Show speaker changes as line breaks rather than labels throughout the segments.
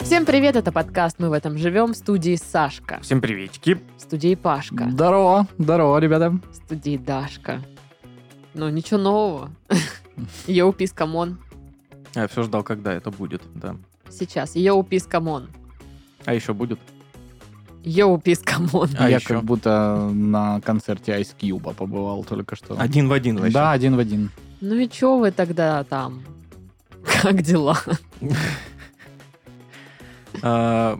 Всем привет, это подкаст «Мы в этом живем» в студии Сашка,
Всем приветики.
в студии Пашка,
Здорово, здорово, ребята.
в студии Дашка. Ну, ничего нового. Йоу, пис, камон.
Я все ждал, когда это будет, да.
Сейчас. Йоу, пис, камон.
А еще будет?
Йоу, пис, камон.
А
Я
еще?
как будто на концерте Ice Cube побывал только что.
Один в один вообще.
Да, один в один.
Ну и чё вы тогда там? Как дела?
А,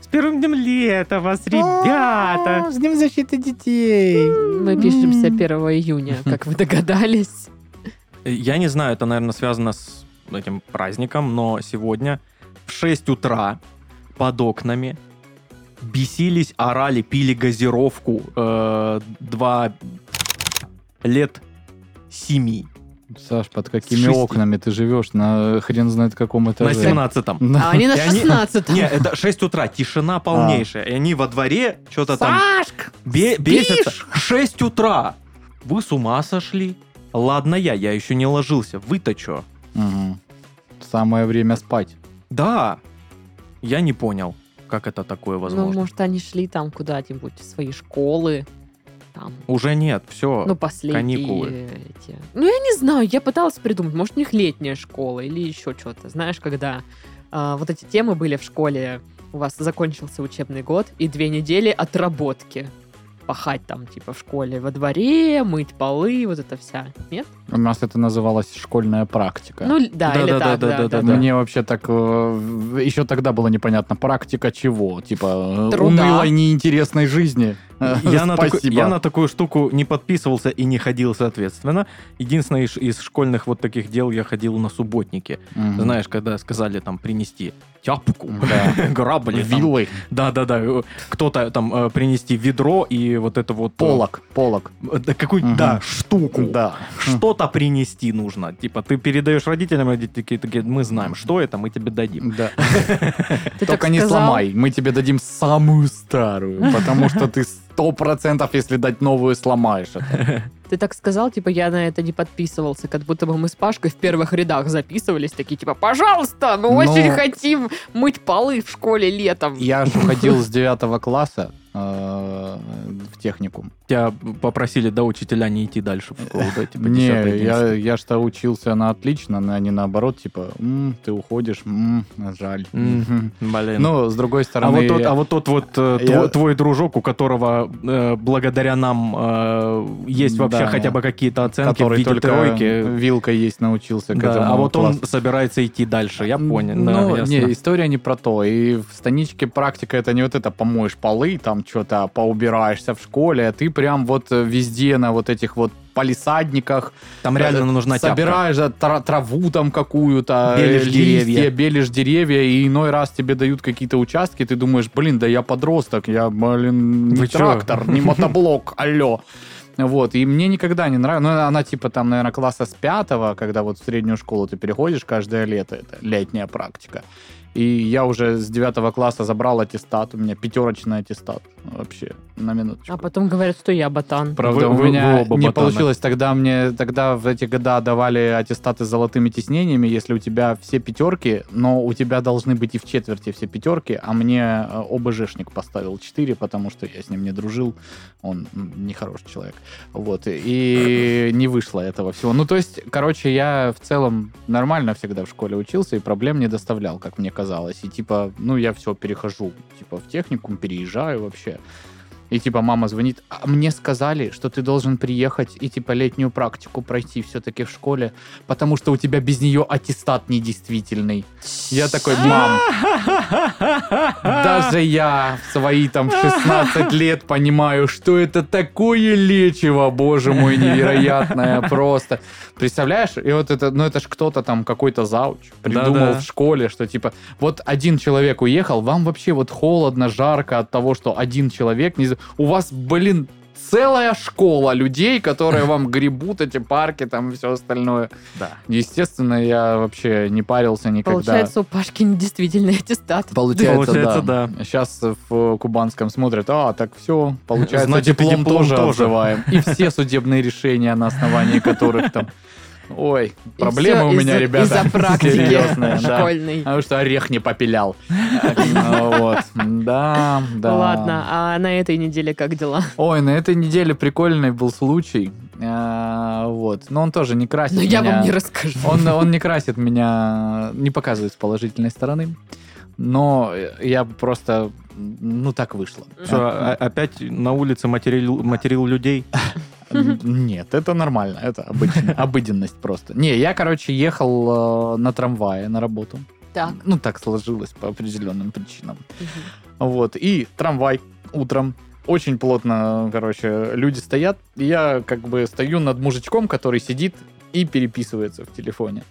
С первым днем лета вас, ребята!
А, С Днем защиты детей.
Мы пишемся 1 июня, как вы догадались.
Я не знаю, это, наверное, связано с этим праздником, но сегодня в 6 утра под окнами бесились, орали, пили газировку э, два лет семи.
Саш, под какими
Шести.
окнами ты живешь? На хрен знает каком
На
этаже.
17-м.
А
Да.
они на
И они-
16
Не, это 6 утра, тишина полнейшая. И они во дворе что-то там
Сашка!
Бе-
Спишь?
бесятся. 6 утра. Вы с ума сошли? Ладно я, я еще не ложился. Вы-то чё?
Мгм. Самое время спать.
Да. Я не понял, как это такое
Ну,
возможно.
может, они шли там куда-нибудь, в свои школы, там,
Уже нет, все.
ну, последние
каникулы.
эти. Ну, я не знаю, я пыталась придумать, может, у них летняя школа или еще что-то. Знаешь, когда а, вот эти темы были в школе, у вас закончился учебный год и две недели отработки. Пахать там, типа, в школе во дворе, мыть полы, вот это вся. Нет?
У нас это называлось школьная практика.
Ну, л- да,
Да,
или
да,
так,
да,
да,
да,
да,
да.
Мне вообще так еще тогда было непонятно, практика чего? Типа э,
Труда.
унылой неинтересной жизни.
Э, Я на, таку-
ну, Спасибо.
я на такую штуку не подписывался и не ходил, соответственно. Единственное из, из школьных вот таких дел я ходил на субботники.
Мгм.
Знаешь, когда сказали там принести тяпку,
Да.
грабли, там.
Виллы,
Да-да-да, э, кто-то там э, принести ведро и вот это вот... э,
полок, полок.
э, да, Какую-то,
Мгм.
да, штуку.
Да.
что-то принести нужно. Типа, ты передаешь родителям, родители такие, такие, мы знаем, что это, мы тебе дадим.
Да.
Ты так
Только не
сказал.
сломай, мы тебе дадим самую старую, потому что ты сто процентов, если дать новую, сломаешь это.
Ты так сказал, типа, я на это не подписывался, как будто бы мы с Пашкой в первых рядах записывались, такие, типа, пожалуйста, мы
Ну.
очень хотим мыть полы в школе летом.
Я же уходил с девятого класса э, в техникум.
Тебя попросили до учителя не идти дальше в школу, да, типа,
Не,
10-й,
я,
11-й.
я что учился на отлично, а не наоборот, типа, «М, ты уходишь, м, жаль.
Мгм. Блин.
Ну, с другой
а
стороны...
вот, тот, а вот тот вот э,
Я-
тво- твой дружок, у которого э, благодаря нам э, есть вообще
Да,
хотя бы какие-то оценки в
который
виде
только
тройки.
вилкой есть научился к
Да,
этому
а вот
классу.
он собирается идти дальше, я понял.
Ну,
да, ясно.
не, история не про то. И в станичке практика это не вот это помоешь полы, там что-то поубираешься в школе, а ты прям вот э, везде на вот этих вот палисадниках
Там реально
э,
нужна тяпка.
собираешь да, тра- траву там какую-то,
Белишь
э, листья,
деревья.
белишь деревья, и иной раз тебе дают какие-то участки, ты думаешь, блин, да я подросток, я, блин, не
Вы чё?
трактор, не мотоблок, алло. Вот, и мне никогда не нравилось. Ну, она типа там, наверное, класса с пятого, когда вот в среднюю школу ты переходишь каждое лето, это летняя практика. И я уже с девятого класса забрал аттестат, у меня пятерочный аттестат вообще, на минуточку.
А потом говорят, что я ботан.
Правда,
Вы-
у
вы-
меня
вы оба
не
ботаны.
получилось. Тогда мне тогда в эти года давали аттестаты с золотыми тиснениями, если у тебя все пятерки, но у тебя должны быть и в четверти все пятерки, а мне э, ОБЖшник поставил 4, потому что я с ним не дружил, он м, нехороший человек. Вот, и не вышло этого всего. Ну, то есть, короче, я в целом нормально всегда в школе учился и проблем не доставлял, как мне казалось. И типа, ну, я все перехожу, типа, в техникум, переезжаю вообще. И типа мама звонит, а мне сказали, что ты должен приехать и типа летнюю практику пройти все-таки в школе, потому что у тебя без нее аттестат недействительный. Я такой, мам, даже я в свои там 16 лет понимаю, что это такое лечиво, боже мой, невероятное просто. Представляешь? И вот это, ну это ж кто-то там, какой-то зауч придумал
Да-да.
в школе, что типа, вот один человек уехал, вам вообще вот холодно, жарко от того, что один человек не... за- У вас, блин, целая школа людей, которые вам гребут эти парки, там все остальное.
Да.
Естественно, я вообще не парился никогда.
Получается, у Пашки недействительный аттестат.
Получается,
Получается,
да. Сейчас в Кубанском смотрят, а, так все, получается,
Значит,
диплом,
диплом
тоже,
тоже.
отзываем. И все судебные решения, на основании которых там... Ой, проблемы
И всё
у меня,
из-за-
ребята,
Из-за
серьезные,
практики
да.
школьной.
Потому что орех не попилял. Ну Вот, да, да.
Ладно, а на этой неделе как дела?
Ой, на этой неделе прикольный был случай. А, Вот, но он тоже не красит
Но Ну, я
меня.
вам не расскажу.
Он, он не красит меня, не показывает с положительной стороны. Но я просто, ну так вышло.
Что, а- опять на улице материл, материл людей?
А, Нет, это нормально, это обыден- обыденность просто. Не, я, короче, ехал э, на трамвае на работу.
Так.
Ну так сложилось по определенным причинам.
Мгм.
Вот, и трамвай утром. Очень плотно, короче, люди стоят. И Я как бы стою над мужичком, который сидит и переписывается в телефоне.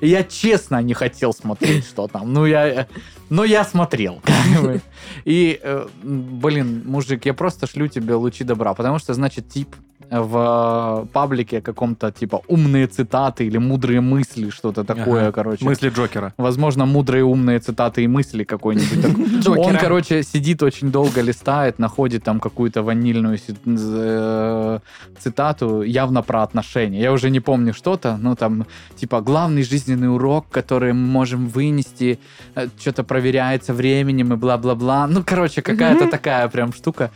И Я честно не хотел смотреть, что там. Ну, я... Но я смотрел. как бы. И, э, блин, мужик, я просто шлю тебе лучи добра. Потому что, значит, тип в паблике каком-то, типа, умные цитаты или мудрые мысли, что-то такое,
Ага.
короче.
Мысли Джокера.
Возможно, мудрые умные цитаты и мысли какой-нибудь такой. Он,
Джокера.
короче, сидит очень долго, листает, находит там какую-то ванильную си- э, цитату, явно про отношения. Я уже не помню что-то, ну там, типа, главный жизненный урок, который мы можем вынести, что-то проверяется временем и бла-бла-бла. Ну, короче, какая-то
Мгм.
такая прям штука.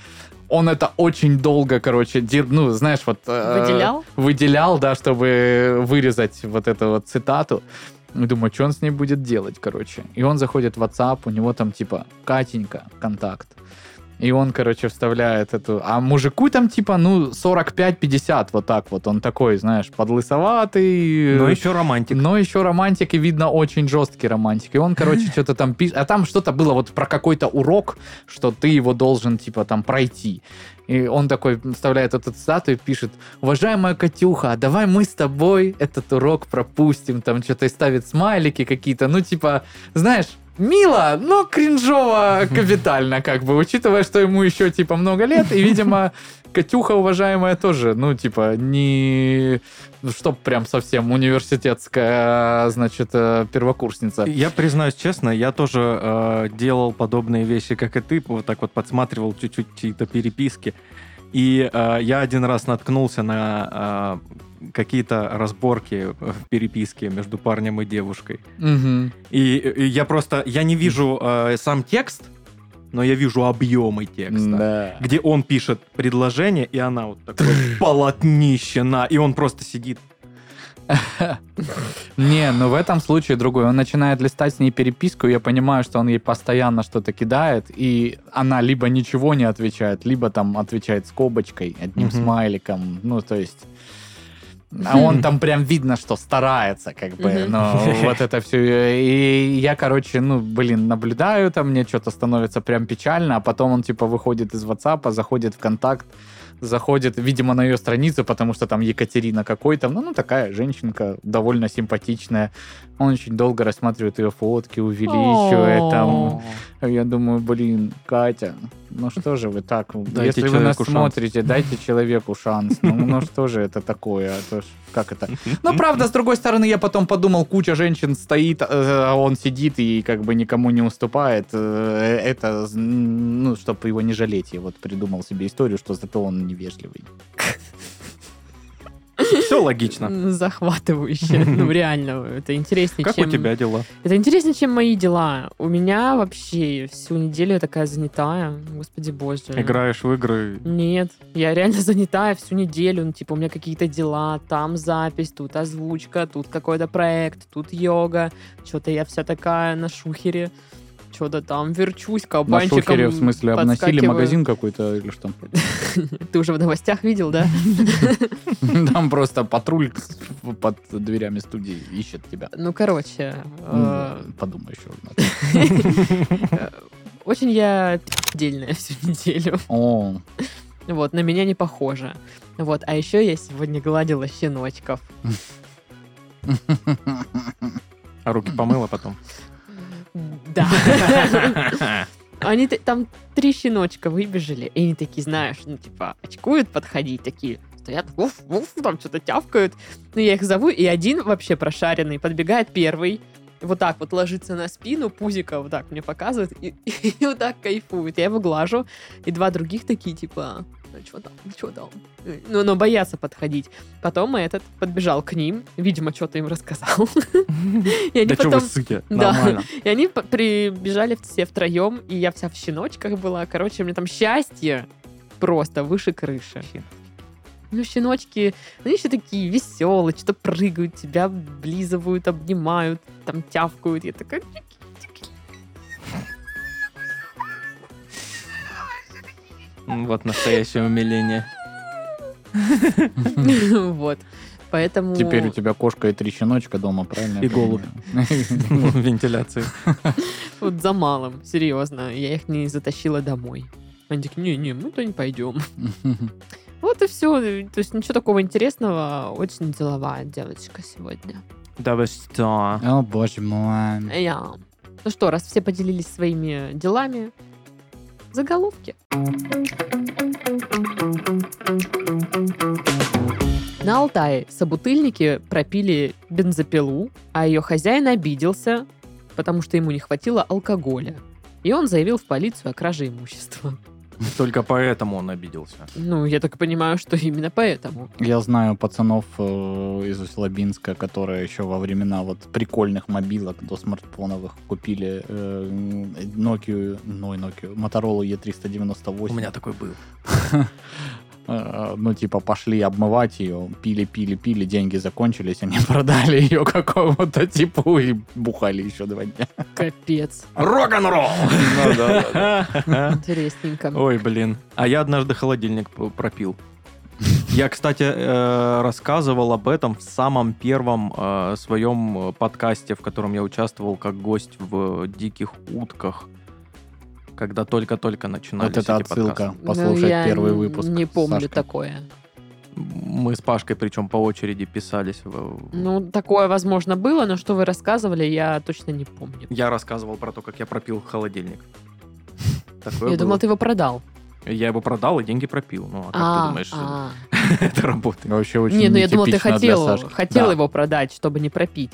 Он это очень долго, короче, дер- ну, знаешь, вот... э,
Выделял?
выделял, да, чтобы вырезать вот эту вот цитату. И думаю, что он с ней будет делать, короче. И он заходит в WhatsApp, у него там типа Катенька, контакт. И он, короче, вставляет эту... А мужику там типа, ну, 45-50, вот так вот. Он такой, знаешь, подлысоватый.
Но еще романтик.
Но еще романтик, и видно, очень жесткий романтик. И он, короче, что-то там пишет. А там что-то было вот про какой-то урок, что ты его должен, типа, там пройти. И он такой вставляет эту цитату и пишет, уважаемая Катюха, а давай мы с тобой этот урок пропустим, там что-то и ставит смайлики какие-то, ну, типа, знаешь, Мило, но кринжово капитально, как бы, учитывая, что ему еще, типа, много лет, и, видимо, Катюха, уважаемая, тоже, ну, типа, не... ну, Чтоб прям совсем университетская, значит, э, первокурсница.
Я признаюсь честно, я тоже э, делал подобные вещи, как и ты, вот так вот подсматривал чуть-чуть чьи-то переписки. И э, я один раз наткнулся на э, какие-то разборки в переписке между парнем и девушкой.
Мгм.
И, и я просто, я не вижу э, сам текст, но я вижу объемы текста.
Да.
Где он пишет предложение, и она вот такое полотнищена, и он просто сидит.
Не, ну в этом случае другой. Он начинает листать с ней переписку, и я понимаю, что он ей постоянно что-то кидает, и она либо ничего не отвечает, либо там отвечает скобочкой, одним
Мгм.
смайликом. Ну, то есть... А он там прям видно, что старается, как бы,
Мгм.
но вот это все. И я, короче, ну, блин, наблюдаю, там мне что-то становится прям печально, а потом он, типа, выходит из WhatsApp, заходит в контакт, заходит, видимо, на ее страницу, потому что там Екатерина какой-то, ну, ну такая женщинка, довольно симпатичная. Он очень долго рассматривает ее фотки, увеличивает там.
О.
А Я думаю, блин, Катя, ну что же вы так?
Дайте
Если вы нас
человеку шанс.
смотрите, дайте человеку шанс. Ну, ну что же это такое? А то ж как это? Ну, правда, с другой стороны, я потом подумал, куча женщин стоит, э, а он сидит и как бы никому не уступает. Э, Это, ну, чтобы его не жалеть, я вот придумал себе историю, что зато он невежливый.
Все логично.
М, Захватывающе. Ну, реально, это интереснее,
Как у
чем...
тебя дела?
Это интереснее, чем мои дела. У меня вообще всю неделю я такая занятая. Господи боже.
Играешь в игры?
Нет, я реально занятая всю неделю. Ну, типа, у меня какие-то дела, там запись, тут озвучка, тут какой-то проект, тут йога. Что-то я вся такая на шухере. Что-то там верчусь
На
кабанчиком.
шухере, в смысле, обносили
подскакиваю.
магазин какой-то или что?
Ты уже в новостях видел, да?
Там просто патруль с- под дверями студии ищет тебя.
Ну, короче,
А.
э,
М, Подумай еще. раз.
очень я отдельная всю неделю.
О,
Вот, на меня не похоже. Вот, а еще я сегодня гладила щеночков.
А руки помыла потом?
Да. Они т- там три щеночка выбежали, и они такие, знаешь, ну, типа, очкуют подходить, такие стоят, вуф, вуф, там что-то тявкают. Ну, я их зову, и один вообще прошаренный подбегает первый, вот так вот ложится на спину, пузика вот так мне показывает, и, и вот так кайфует. Я его глажу, и два других такие, типа, ну, что там, ну, что там? Ну, но боятся подходить. Потом этот подбежал к ним, видимо, что-то им рассказал. И они
Да что вы,
потом
суки?
Да.
Нормально.
и они п- прибежали все втроем, и я вся в щеночках была. Короче, у меня там счастье просто выше крыши. Ну, щеночки, они еще такие веселые, что-то прыгают, тебя облизывают, обнимают, там тявкают. Я такая...
Вот настоящее умиление.
Вот. Поэтому...
Теперь у тебя кошка и три щеночка дома, правильно? я
И голубь.
понимаю?
Вентиляции.
Вот за малым, серьезно. Я их не затащила домой. Они такие, не-не, мы то не пойдем. Вот и все. То есть ничего такого интересного. Очень деловая девочка сегодня.
Да вы что?
О, боже мой.
Я. Ну что, раз все поделились своими делами, заголовки. На Алтае собутыльники пропили бензопилу, а ее хозяин обиделся, потому что ему не хватило алкоголя. И он заявил в полицию о краже имущества.
Только поэтому он обиделся.
Ну, я так понимаю, что именно поэтому.
Я знаю пацанов э, из Усть-Лабинска, которые еще во времена вот прикольных мобилок до смартфоновых купили э, м, Nokia, ну и Nokia, Motorola E398.
У меня такой был.
Э, ну, типа, пошли обмывать ее, пили, пили, пили, деньги закончились, они продали ее какому-то типу и бухали еще два дня.
Капец.
Рок-н-ролл!
Интересненько.
Ой, блин. А я однажды холодильник п- пропил. Я, кстати, э, рассказывал об этом в самом первом э, своем э, подкасте, в котором я участвовал как гость в э, «Диких утках», когда только-только начинались
Вот это
эти
отсылка.
подкасты.
Ну,
Послушать
я
первый
н-
выпуск.
Не
с
помню
Сашкой.
такое.
Мы с Пашкой, причем, по очереди писались. в-
Ну, такое, возможно, было, но что вы рассказывали, я точно не помню.
Я рассказывал про то, как я пропил холодильник.
Я
Такое
думала,
было.
ты его продал.
Я его продал и деньги пропил. Ну, а как
А,
ты думаешь,
а.
это работает?
Вообще очень
Не, ну я думала, ты
нетипично для
хотел,
Сашки.
хотел
Да.
его продать, чтобы не пропить.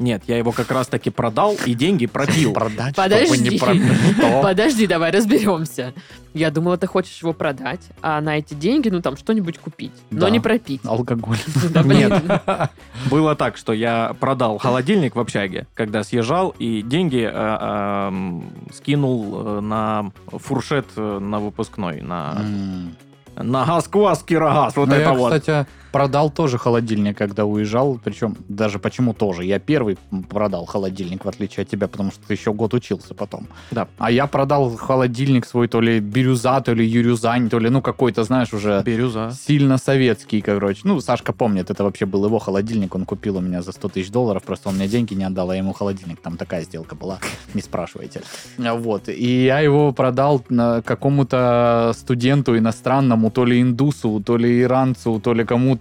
Нет, я его как раз-таки продал и деньги пропил.
Продать,
Подожди.
чтобы не продать.
Подожди, давай разберемся. Я думала, ты хочешь его продать, а на эти деньги, ну там, что-нибудь купить, но
Да.
не пропить.
Алкоголь.
Да, блин. А,
Было так, что я продал холодильник в общаге, когда съезжал, и деньги э, эм, скинул э, на фуршет э, на выпускной, на,
М.
на газ-квас, кирогаз, вот
Ну,
это
я,
вот.
кстати, продал тоже холодильник, когда уезжал. Причем, даже почему тоже. Я первый продал холодильник, в отличие от тебя, потому что ты еще год учился потом.
Да.
А я продал холодильник свой то ли бирюза, то ли юрюзань, то ли, ну, какой-то, знаешь, уже
Бирюза.
сильно советский, короче. Ну, Сашка помнит, это вообще был его холодильник, он купил у меня за 100 тысяч долларов, просто он мне деньги не отдал, а я ему холодильник, там такая сделка была, не спрашивайте. А Вот, и я его продал на какому-то студенту иностранному, то ли индусу, то ли иранцу, то ли кому-то,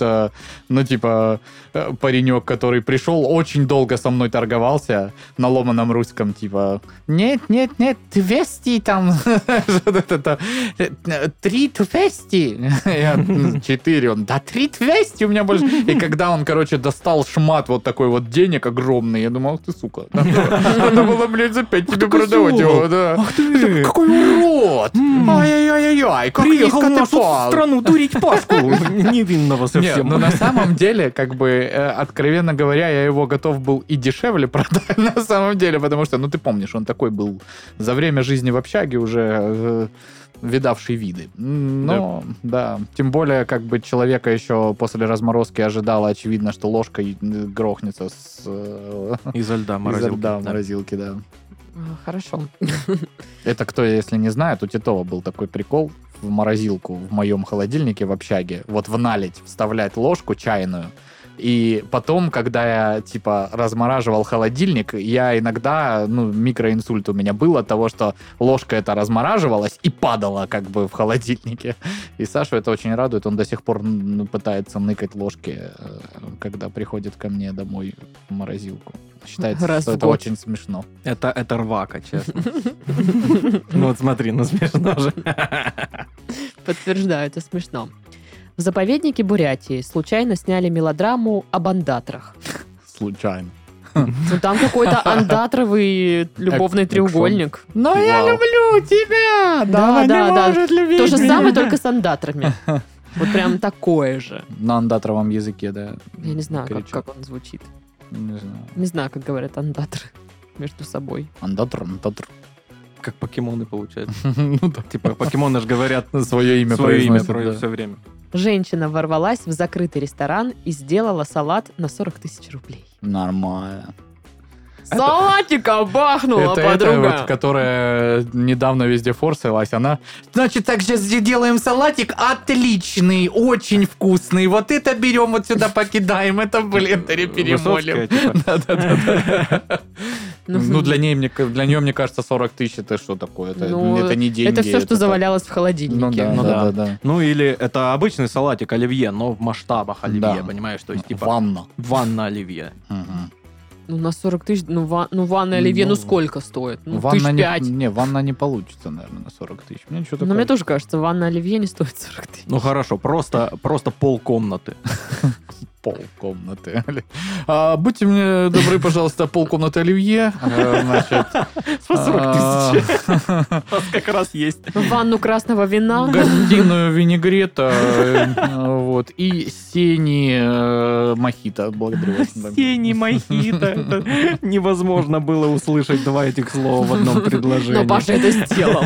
ну, типа, э, паренек, который пришел, очень долго со мной торговался на ломаном русском, типа, нет, нет, нет, 200 там, что-то, три 200, Я, ну, четыре, он, да три 200 у меня больше. И когда он, короче, достал шмат вот такой вот денег огромный, я думал, «Ах ты, сука, надо было, блядь, за пять тебе продавать его, да.
Ах ты!
Какой урод!
М.
Ай-яй-яй-яй, как
Приехал
низко
в
ты
нашу
пал.
страну дурить Пашку! Невинного
Не,
совсем.
ну на самом деле, как бы, э, откровенно говоря, я его готов был и дешевле продать на самом деле, потому что, ну ты помнишь, он такой был за время жизни в общаге уже э, видавший виды. М, Но, да. тем более, как бы, человека еще после разморозки ожидало, очевидно, что ложка и, э, грохнется с... э,
Изо льда
изо
морозилки.
льда в
Да.
морозилке, да.
А, Хорошо.
Это кто, если не знает, у Титова был такой прикол в морозилку в моем холодильнике в общаге. Вот в наледь вставлять ложку чайную, И потом, когда я, типа, размораживал холодильник, я иногда, ну, микроинсульт у меня был от того, что ложка эта размораживалась и падала, как бы, в холодильнике. И Сашу это очень радует. Он до сих пор ну, пытается ныкать ложки, э, когда приходит ко мне домой в морозилку. Считается,
Раз
что
в
это
год.
очень смешно.
Это, это рвака, честно. Ну вот смотри, ну смешно же.
Подтверждаю, это смешно. В заповеднике Бурятии случайно сняли мелодраму об андатрах.
Случайно.
Ну, там какой-то андатровый любовный
Экшн.
треугольник.
Но А я
Вау.
люблю тебя!
Да,
Дава не
да, да.
может любить
То же
меня.
самое, только с андатрами. Вот прям такое же.
На андатровом языке, да.
Я не знаю, как,
кричат.
как он звучит.
Не знаю.
Не знаю, как говорят андатры между собой.
Андатр, андатр.
Как покемоны получается.
Ну да.
Типа покемоны же говорят
Свое имя
свое имя
произносит, да.
все время.
Женщина ворвалась в закрытый ресторан и сделала салат на 40 тысяч рублей.
Нормально.
Салатика бахнула,
это, это
Ну, а подруга!
вот, которая недавно везде форсилась, она... Значит, так сейчас делаем салатик отличный, очень вкусный. Вот это берем, вот сюда покидаем, это, блин,
Высоцкая,
перемолим.
Э, типа.
Да-да-да. Ну, для ней, мне ка- для нее, мне кажется, 40 тысяч это что такое? Это,
Ну,
это не деньги.
Это все, что
так.
завалялось в холодильнике.
Ну да,
Ну
да,
да.
да, да.
Ну или это обычный салатик оливье, но в масштабах оливье,
Да.
понимаешь? То есть типа
Ванна.
ванна оливье.
Мгм.
Ну, на 40 тысяч, ну, ва- ну ванна оливье, ну,
Ну.
сколько стоит? Ну,
Ванна
тысяч
не,
пять.
не, ванна не получится, наверное, на 40 тысяч. Мне что-то
Но мне тоже
кажется.
кажется, ванна оливье не стоит 40 тысяч.
Ну хорошо, просто, просто полкомнаты.
полкомнаты. А, будьте мне добры, пожалуйста, полкомнаты оливье. Э, Значит,
По 40 тысяч.
а,
У нас как раз есть.
Ну, Ванну красного вина.
Гостиную винегрета. э, Вот. И сени э, мохито. Благодарю вас. Да.
Сени мохито. Это Невозможно было услышать два этих слова в
Ну,
одном предложении.
Но Паша это сделал.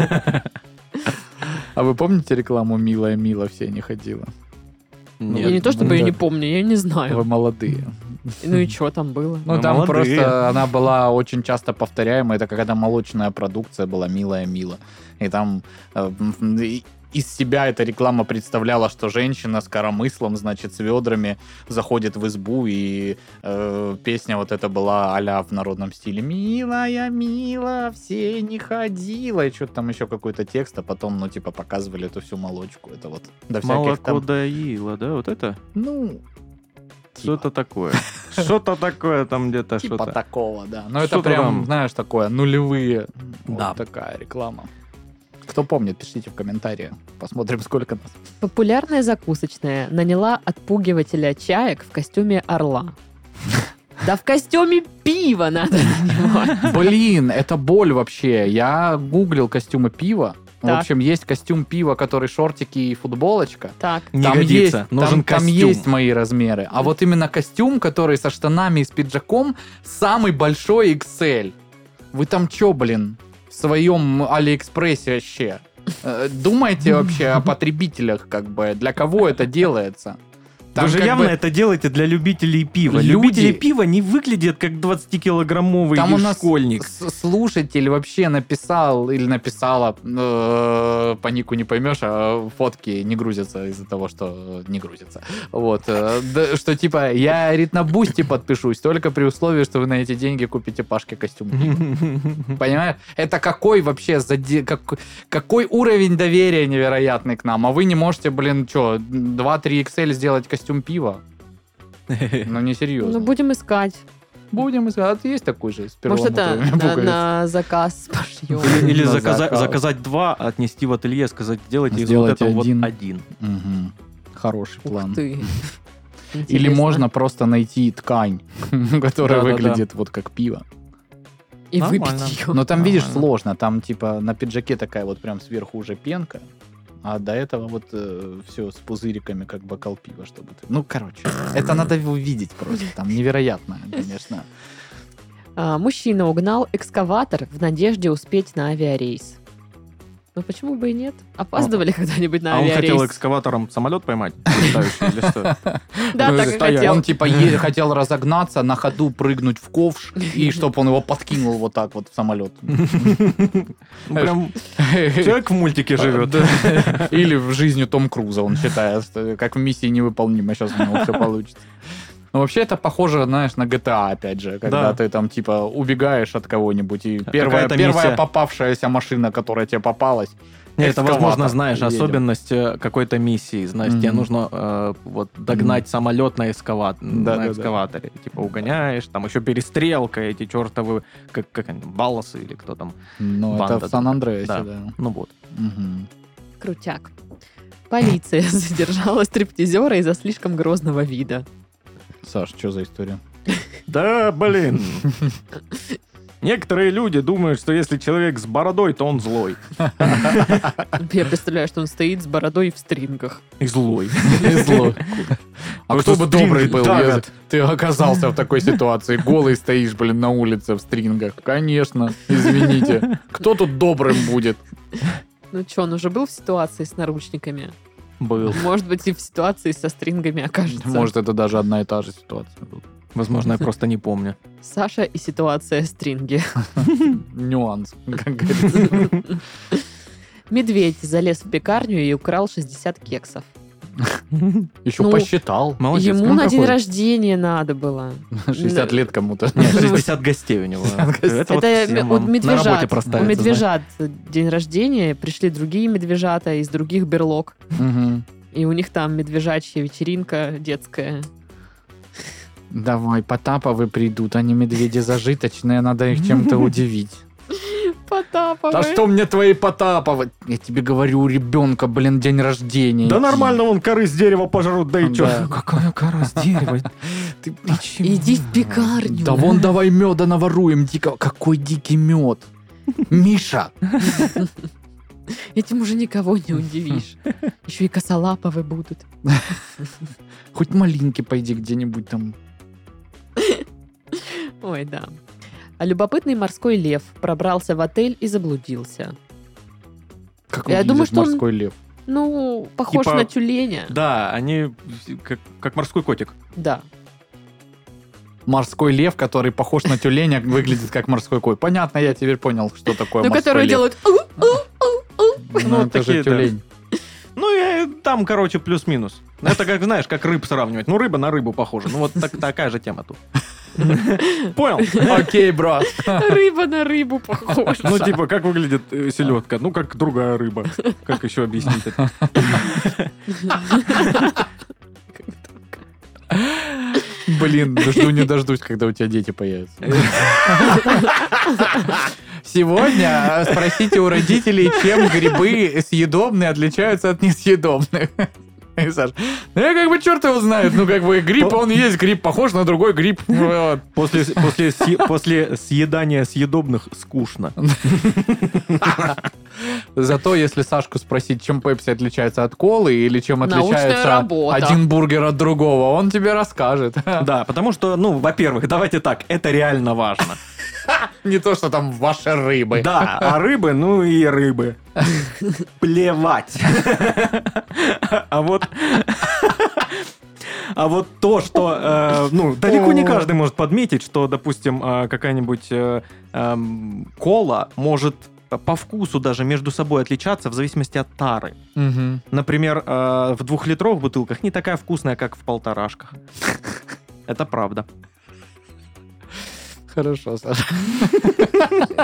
А вы помните рекламу «Милая, мила» все не ходила?
Ну, Я не то, чтобы я не помню, я не
Вы
знаю.
молодые.
Ну и что там было?
Ну,
Вы
там
молодые.
просто она была очень часто повторяемая. Это какая-то молочная продукция была «Милая, мила». И там э, м, и- из себя эта реклама представляла, что женщина с коромыслом, значит, с ведрами заходит в избу, и э, песня вот эта была а в народном стиле «Милая, мила, все не ходила». И что-то там еще какой-то текст, а потом, ну, типа, показывали эту всю молочку. Это вот до всяких
Молоко
там...
доило, да, вот это?
Ну, типа.
Что-то такое. Что-то такое там где-то,
Типа
что-то.
такого, да. Но это
Что-то
прям,
там.
знаешь, такое, нулевые.
Да.
Вот такая реклама. Кто помнит, пишите в комментарии. Посмотрим, сколько нас.
Популярная закусочная наняла отпугивателя чаек в костюме орла. Да в костюме пива надо нанимать.
Блин, это боль вообще. Я гуглил костюмы пива. В
Так.
общем, есть костюм пива, который шортики и футболочка.
Так.
Не
там
годится.
есть,
Нужен
там, там
костюм.
есть мои размеры. А вот именно костюм, который со штанами и с пиджаком, самый большой XL. Вы там чё, блин, в своем Алиэкспрессе вообще? Э, Думаете вообще о потребителях, как бы, для кого это делается? Там
Вы же
как
явно
бы-
это делаете для любителей пива.
Люди-
Любители пива не выглядят как 20-килограммовый
Там у нас
школьник.
с- слушатель вообще написал или написала, э, по нику не поймешь, а фотки не грузятся из-за того, что не грузятся. Вот, э, да, что типа, я, говорит, на бусте подпишусь, только при условии, что вы на эти деньги купите Пашке костюм. Понимаешь? Это какой вообще заде- как- какой уровень доверия невероятный к нам? А вы не можете, блин, что, 2-3 XL сделать костюм пива? Ну, не серьезно.
Ну, будем искать.
Будем искать. А Есть такой же с
Может, это на-
перламутровыми пуговицами?
на заказ пошьем.
Или, или
На
заказа-
заказ.
заказать два, отнести в ателье, сказать, сделайте,
Сделайте
из вот
один.
этого один.
Мгм. Хороший план.
Ух ты.
Или
Интересно.
можно просто найти ткань, которая
Да-да-да.
выглядит вот как пиво.
И
Нормально.
выпить ее.
Но там, видишь,
Нормально.
сложно. Там типа на пиджаке такая вот прям сверху уже пенка, а до этого вот все с пузыриками как бокал пива, чтобы ты... Ну, короче, это надо увидеть просто. Там невероятно, конечно.
А, Мужчина угнал экскаватор в надежде успеть на авиарейс. Ну почему бы и нет? Опаздывали когда-нибудь на
а он хотел
авиарейс?
экскаватором самолет поймать? летающий, или что?
Да, так и
стоять.
хотел.
Он типа е- хотел разогнаться, на ходу прыгнуть в ковш, и чтобы он его подкинул вот так вот в самолет.
Ну, Прям человек в мультике живет.
Да. Или в жизни Том Круза, он считает, что как в миссии невыполнимо, сейчас у него все получится. Но вообще это похоже, знаешь, на GTA, опять же, когда
Да. А
ты там, типа, убегаешь от кого-нибудь, и первая,
какая-то
первая
миссия.
попавшаяся машина, которая тебе попалась,
Нет, это,
Экскаватор.
возможно, знаешь,
Едем.
особенность э, какой-то миссии. Знаешь, тебе
Мгм.
нужно э, вот догнать самолет на, эскава-
Да,
на
да, да.
экскаваторе. Типа угоняешь, там еще перестрелка, эти чертовы, как, как они, балласы или кто там.
ну,
Банда,
это в Сан-Андреасе,
да.
да.
Ну вот.
Мгм.
Крутяк. Полиция задержала стриптизера из-за слишком грозного вида.
Саш, что за история?
Да, блин. Некоторые люди думают, что если человек с бородой, то он злой.
Я представляю, что он стоит с бородой и в стрингах.
И злой.
Повезло. А
Просто
кто бы
стринги
добрый был,
давят.
если ты оказался в такой ситуации, голый стоишь, блин, на улице в стрингах. Конечно, извините. Кто тут добрым будет?
Ну что, он уже был в ситуации с наручниками?
Был.
Может быть, и в ситуации со стрингами окажется.
Может, это даже одна и та же ситуация была.
Возможно, я просто не помню.
Саша и ситуация стринги.
Нюанс, как говорится.
Медведь залез в пекарню и украл 60 кексов.
Еще
Ну,
посчитал.
Молодец.
Ему
кому
на день
какой?
рождения надо было.
60 лет кому-то.
Нет, 60 гостей у него. Это э, вот
Это
всем
у
вам на работе
медвежат. У
проставится,
медвежат день рождения. Пришли другие медвежата из других берлог.
Мгм.
И у них там медвежачья вечеринка детская.
Давай, Потаповы придут, они медведи зажиточные, надо их чем-то удивить.
Потаповы.
Да что мне твои Потаповы? Я тебе говорю, у ребенка, блин, день рождения.
Да
Иди.
нормально, вон коры с дерева пожрут, да и чё?
Да.
Какая кора с дерева? Ты
Иди в пекарню.
Да вон давай меда наворуем дикого. Какой дикий мед? Миша!
Этим уже никого не удивишь. Еще и косолаповы будут.
Хоть маленький пойди где-нибудь там.
Ой, да. А любопытный морской лев пробрался в отель и заблудился.
Как
Я
выглядит
думаю, что он-
морской лев?
Ну, похож
Типа-
на тюленя.
Да, они как, как морской котик.
Да.
типа Морской лев, который похож на тюленя, выглядит как морской кой. Понятно, я теперь понял, что такое
Ну,
морской
которые
лев.
делают... «Ау-ау-ау-ау».
Ну,
Ну,
это
такие, да.
же тюлень.
Ну, я там, короче, плюс-минус. Это как, знаешь, как рыб сравнивать. Ну, рыба на рыбу похожа. Ну, вот так- такая же тема тут. Понял?
Окей, брат.
Рыба на рыбу похожа.
Ну, типа, как выглядит э, селедка? Ну, как другая рыба. Как еще объяснить это?
Блин, жду не дождусь, когда у тебя дети появятся. Сегодня э, спросите у родителей, чем грибы съедобные отличаются от несъедобных. И Саш, ну я как бы черт его знает, ну как бы гриб, он и есть гриб, похож на другой гриб. Вот.
После, после, съе- после съедания съедобных скучно.
Зато если Сашку спросить, чем пепси отличается от колы или чем
Научная
отличается
работа.
один бургер от другого, он тебе расскажет.
Да, потому что, ну, во-первых, давайте так, это реально важно.
Не то, что там ваши рыбы.
Да, а рыбы, ну и рыбы. Плевать. А вот... А вот то, что, э, ну, далеко не каждый может подметить, что, допустим, э, какая-нибудь э, эм, кола может по вкусу даже между собой отличаться в зависимости от тары.
Мгм.
Например, э, в двухлитровых бутылках не такая вкусная, как в полторашках. Это правда.
Хорошо, Саша.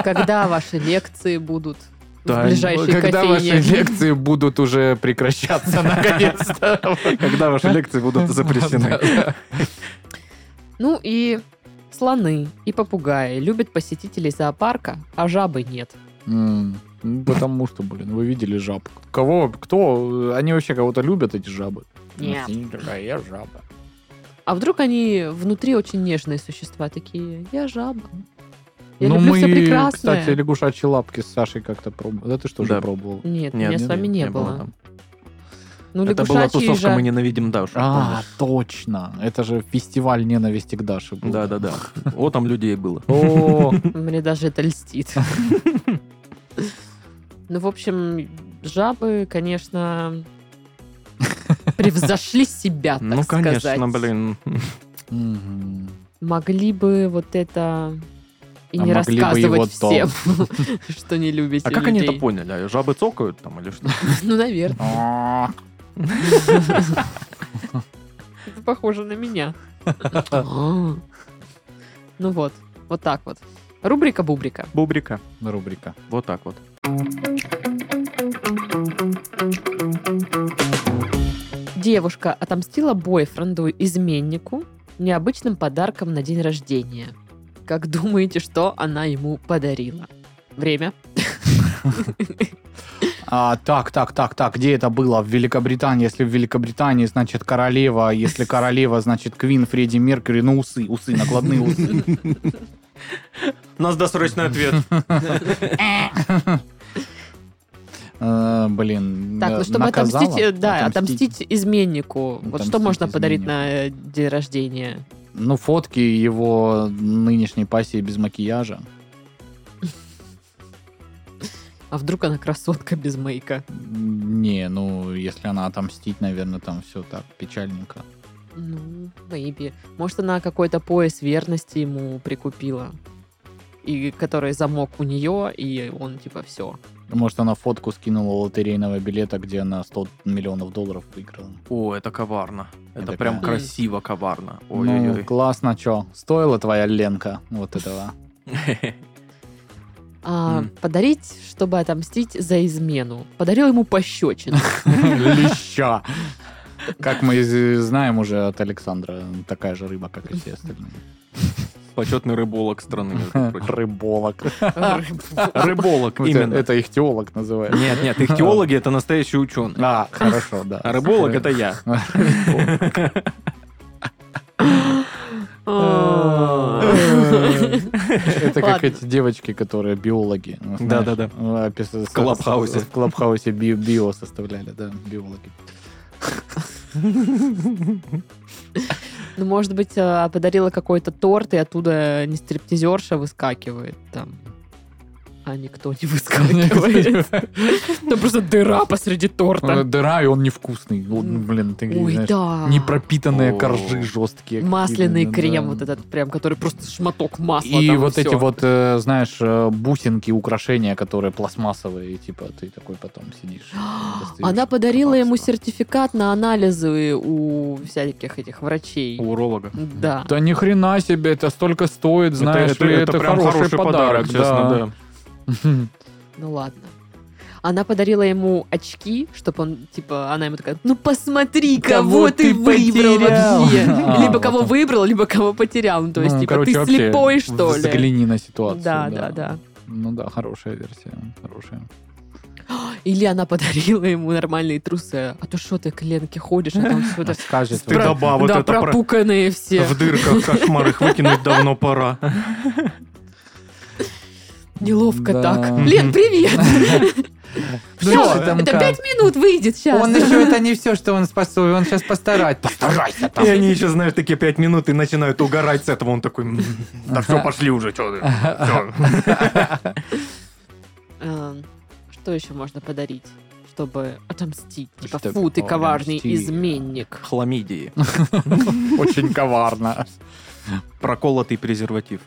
Когда ваши лекции будут
Да,
в ближайшей
Когда
кофейне?
ваши лекции будут уже прекращаться наконец-то?
Когда ваши лекции будут запрещены.
Ну и слоны и попугаи любят посетителей зоопарка, а жабы нет.
М, ну, Потому что, блин, вы видели жаб. Кого, кто, они вообще кого-то любят, эти жабы?
Нет.
Ну, такая, я жаба.
А вдруг они внутри очень нежные существа такие? Я жаба. Я
ну,
люблю
мы,
все прекрасное.
кстати, лягушачьи лапки с Сашей как-то пробовали. Да ты что
Да.
же пробовал?
Нет,
Нет,
меня с вами не, было.
там.
Ну,
Это была
лягушачьи
тусовка
жа-
«Мы ненавидим Дашу».
А, точно. Это же фестиваль ненависти к Даше был.
Да-да-да. О, там людей было.
О,
Мне даже это льстит. Ну, в общем, жабы, конечно, превзошли себя, так
Ну,
сказать.
конечно, блин.
мгм.
Могли бы вот это и
А
не
могли бы его
рассказывать всем, что не любите
А как они это
людей.
поняли? А Жабы цокают там или что?
Ну, наверное,
А,
это похоже на меня. А. Ну вот, вот так вот. Рубрика Бубрика.
Бубрика.
Рубрика.
Вот так вот.
Девушка отомстила бойфренду изменнику необычным подарком на день рождения. Как думаете, что она ему подарила? Время.
А, так, так, так, так, где это было? В Великобритании. Если в Великобритании, значит, королева. Если королева, значит, Квин, Фредди Меркьюри. Ну, усы, усы, накладные усы.
У нас досрочный ответ.
Э, Блин,
Так, ну
э,
чтобы
наказала?
отомстить, э, да, отомстить изменнику. Вот что
Отомстить
можно подарить на э, день рождения?
Ну, фотки его нынешней пассии без макияжа.
А вдруг она красотка без мейка?
Не, ну, если она отомстить, наверное, там все так печальненько.
Ну, maybe. Может, она какой-то пояс верности ему прикупила. И который замок у нее, и он типа все.
Может, она фотку скинула лотерейного билета, где она 100 миллионов долларов выиграла.
О, это коварно. Это
Это
прям
да.
красиво коварно.
Ну,
Ой-ой-ой.
классно, чё. Стоила твоя Ленка вот этого.
А,
М.
Подарить, чтобы отомстить за измену. Подарил ему пощечину.
Леща. Как мы из- знаем уже от Александра, такая же рыба, как и все остальные.
Почетный рыболог страны, между прочим.
Рыболог.
Рыболог,
Это
именно.
это их теолог называют.
Нет, нет, их теологи это настоящие ученые.
А, хорошо, да.
А рыболог это я.
Это как
Э. Ладно.
эти девочки, которые биологи. ну, знаешь,
Да-да-да.
э, опис- с-
Клабхаусе.
с- В Клабхаусе би- био составляли, да, биологи.
Ну, может быть, а, подарила какой-то торт, и оттуда не стриптизерша выскакивает там. А никто не выскакивает. Там просто дыра посреди
Э,
торта.
Дыра, и он невкусный. Ну,
М.
Блин, ты
Ой,
знаешь.
да.
Не пропитанные
О.
коржи жесткие.
Масляный
какие-то,
крем
да.
вот этот прям, который просто шматок масла.
И
там,
вот эти
всё.
вот, э, знаешь, э, бусинки, украшения, которые пластмассовые, типа ты такой потом сидишь. достаешь
А, Она подарила ему
колбаску.
сертификат на анализы у всяких этих врачей.
У уролога.
Да.
Да ни хрена себе, это столько стоит, знаешь ли, это, хороший, подарок, да.
честно,
Ну ладно. Она подарила ему очки, чтобы он, типа, она ему такая, ну посмотри, кого,
Кого
ты
ты
выбрал
потерял?»
вообще.
А,
либо
вот
кого
он.
выбрал, либо кого потерял. Ну, то есть,
Ну,
типа,
короче,
ты
вообще
слепой, что ли?
Взгляни на ситуацию.
Да, да, да.
Ну да, хорошая версия, хорошая.
Или она подарила ему нормальные трусы. А то что ты к Ленке ходишь, а там все это...
Скажет,
Ты
вот,
добавил А вот
да,
это про-
пропуканные все.
В дырках кошмар, их выкинуть давно пора.
Неловко
Да.
так.
Мгм.
Лен, привет!
Ну,
Всё,
что там
это
как?
пять минут выйдет сейчас.
Он еще это не все, что он способен. Он сейчас постарается.
Постарайся
И они еще, знаешь, такие пять минут и начинают угорать с этого. Он такой, «М, да все, пошли уже, что ты. всё».
Эм, Что еще можно подарить, чтобы отомстить?
Ну
Типа,
Чтобы
фу, ты коварный
отомстить.
изменник.
Хламидии.
Очень коварно.
Проколотый презерватив.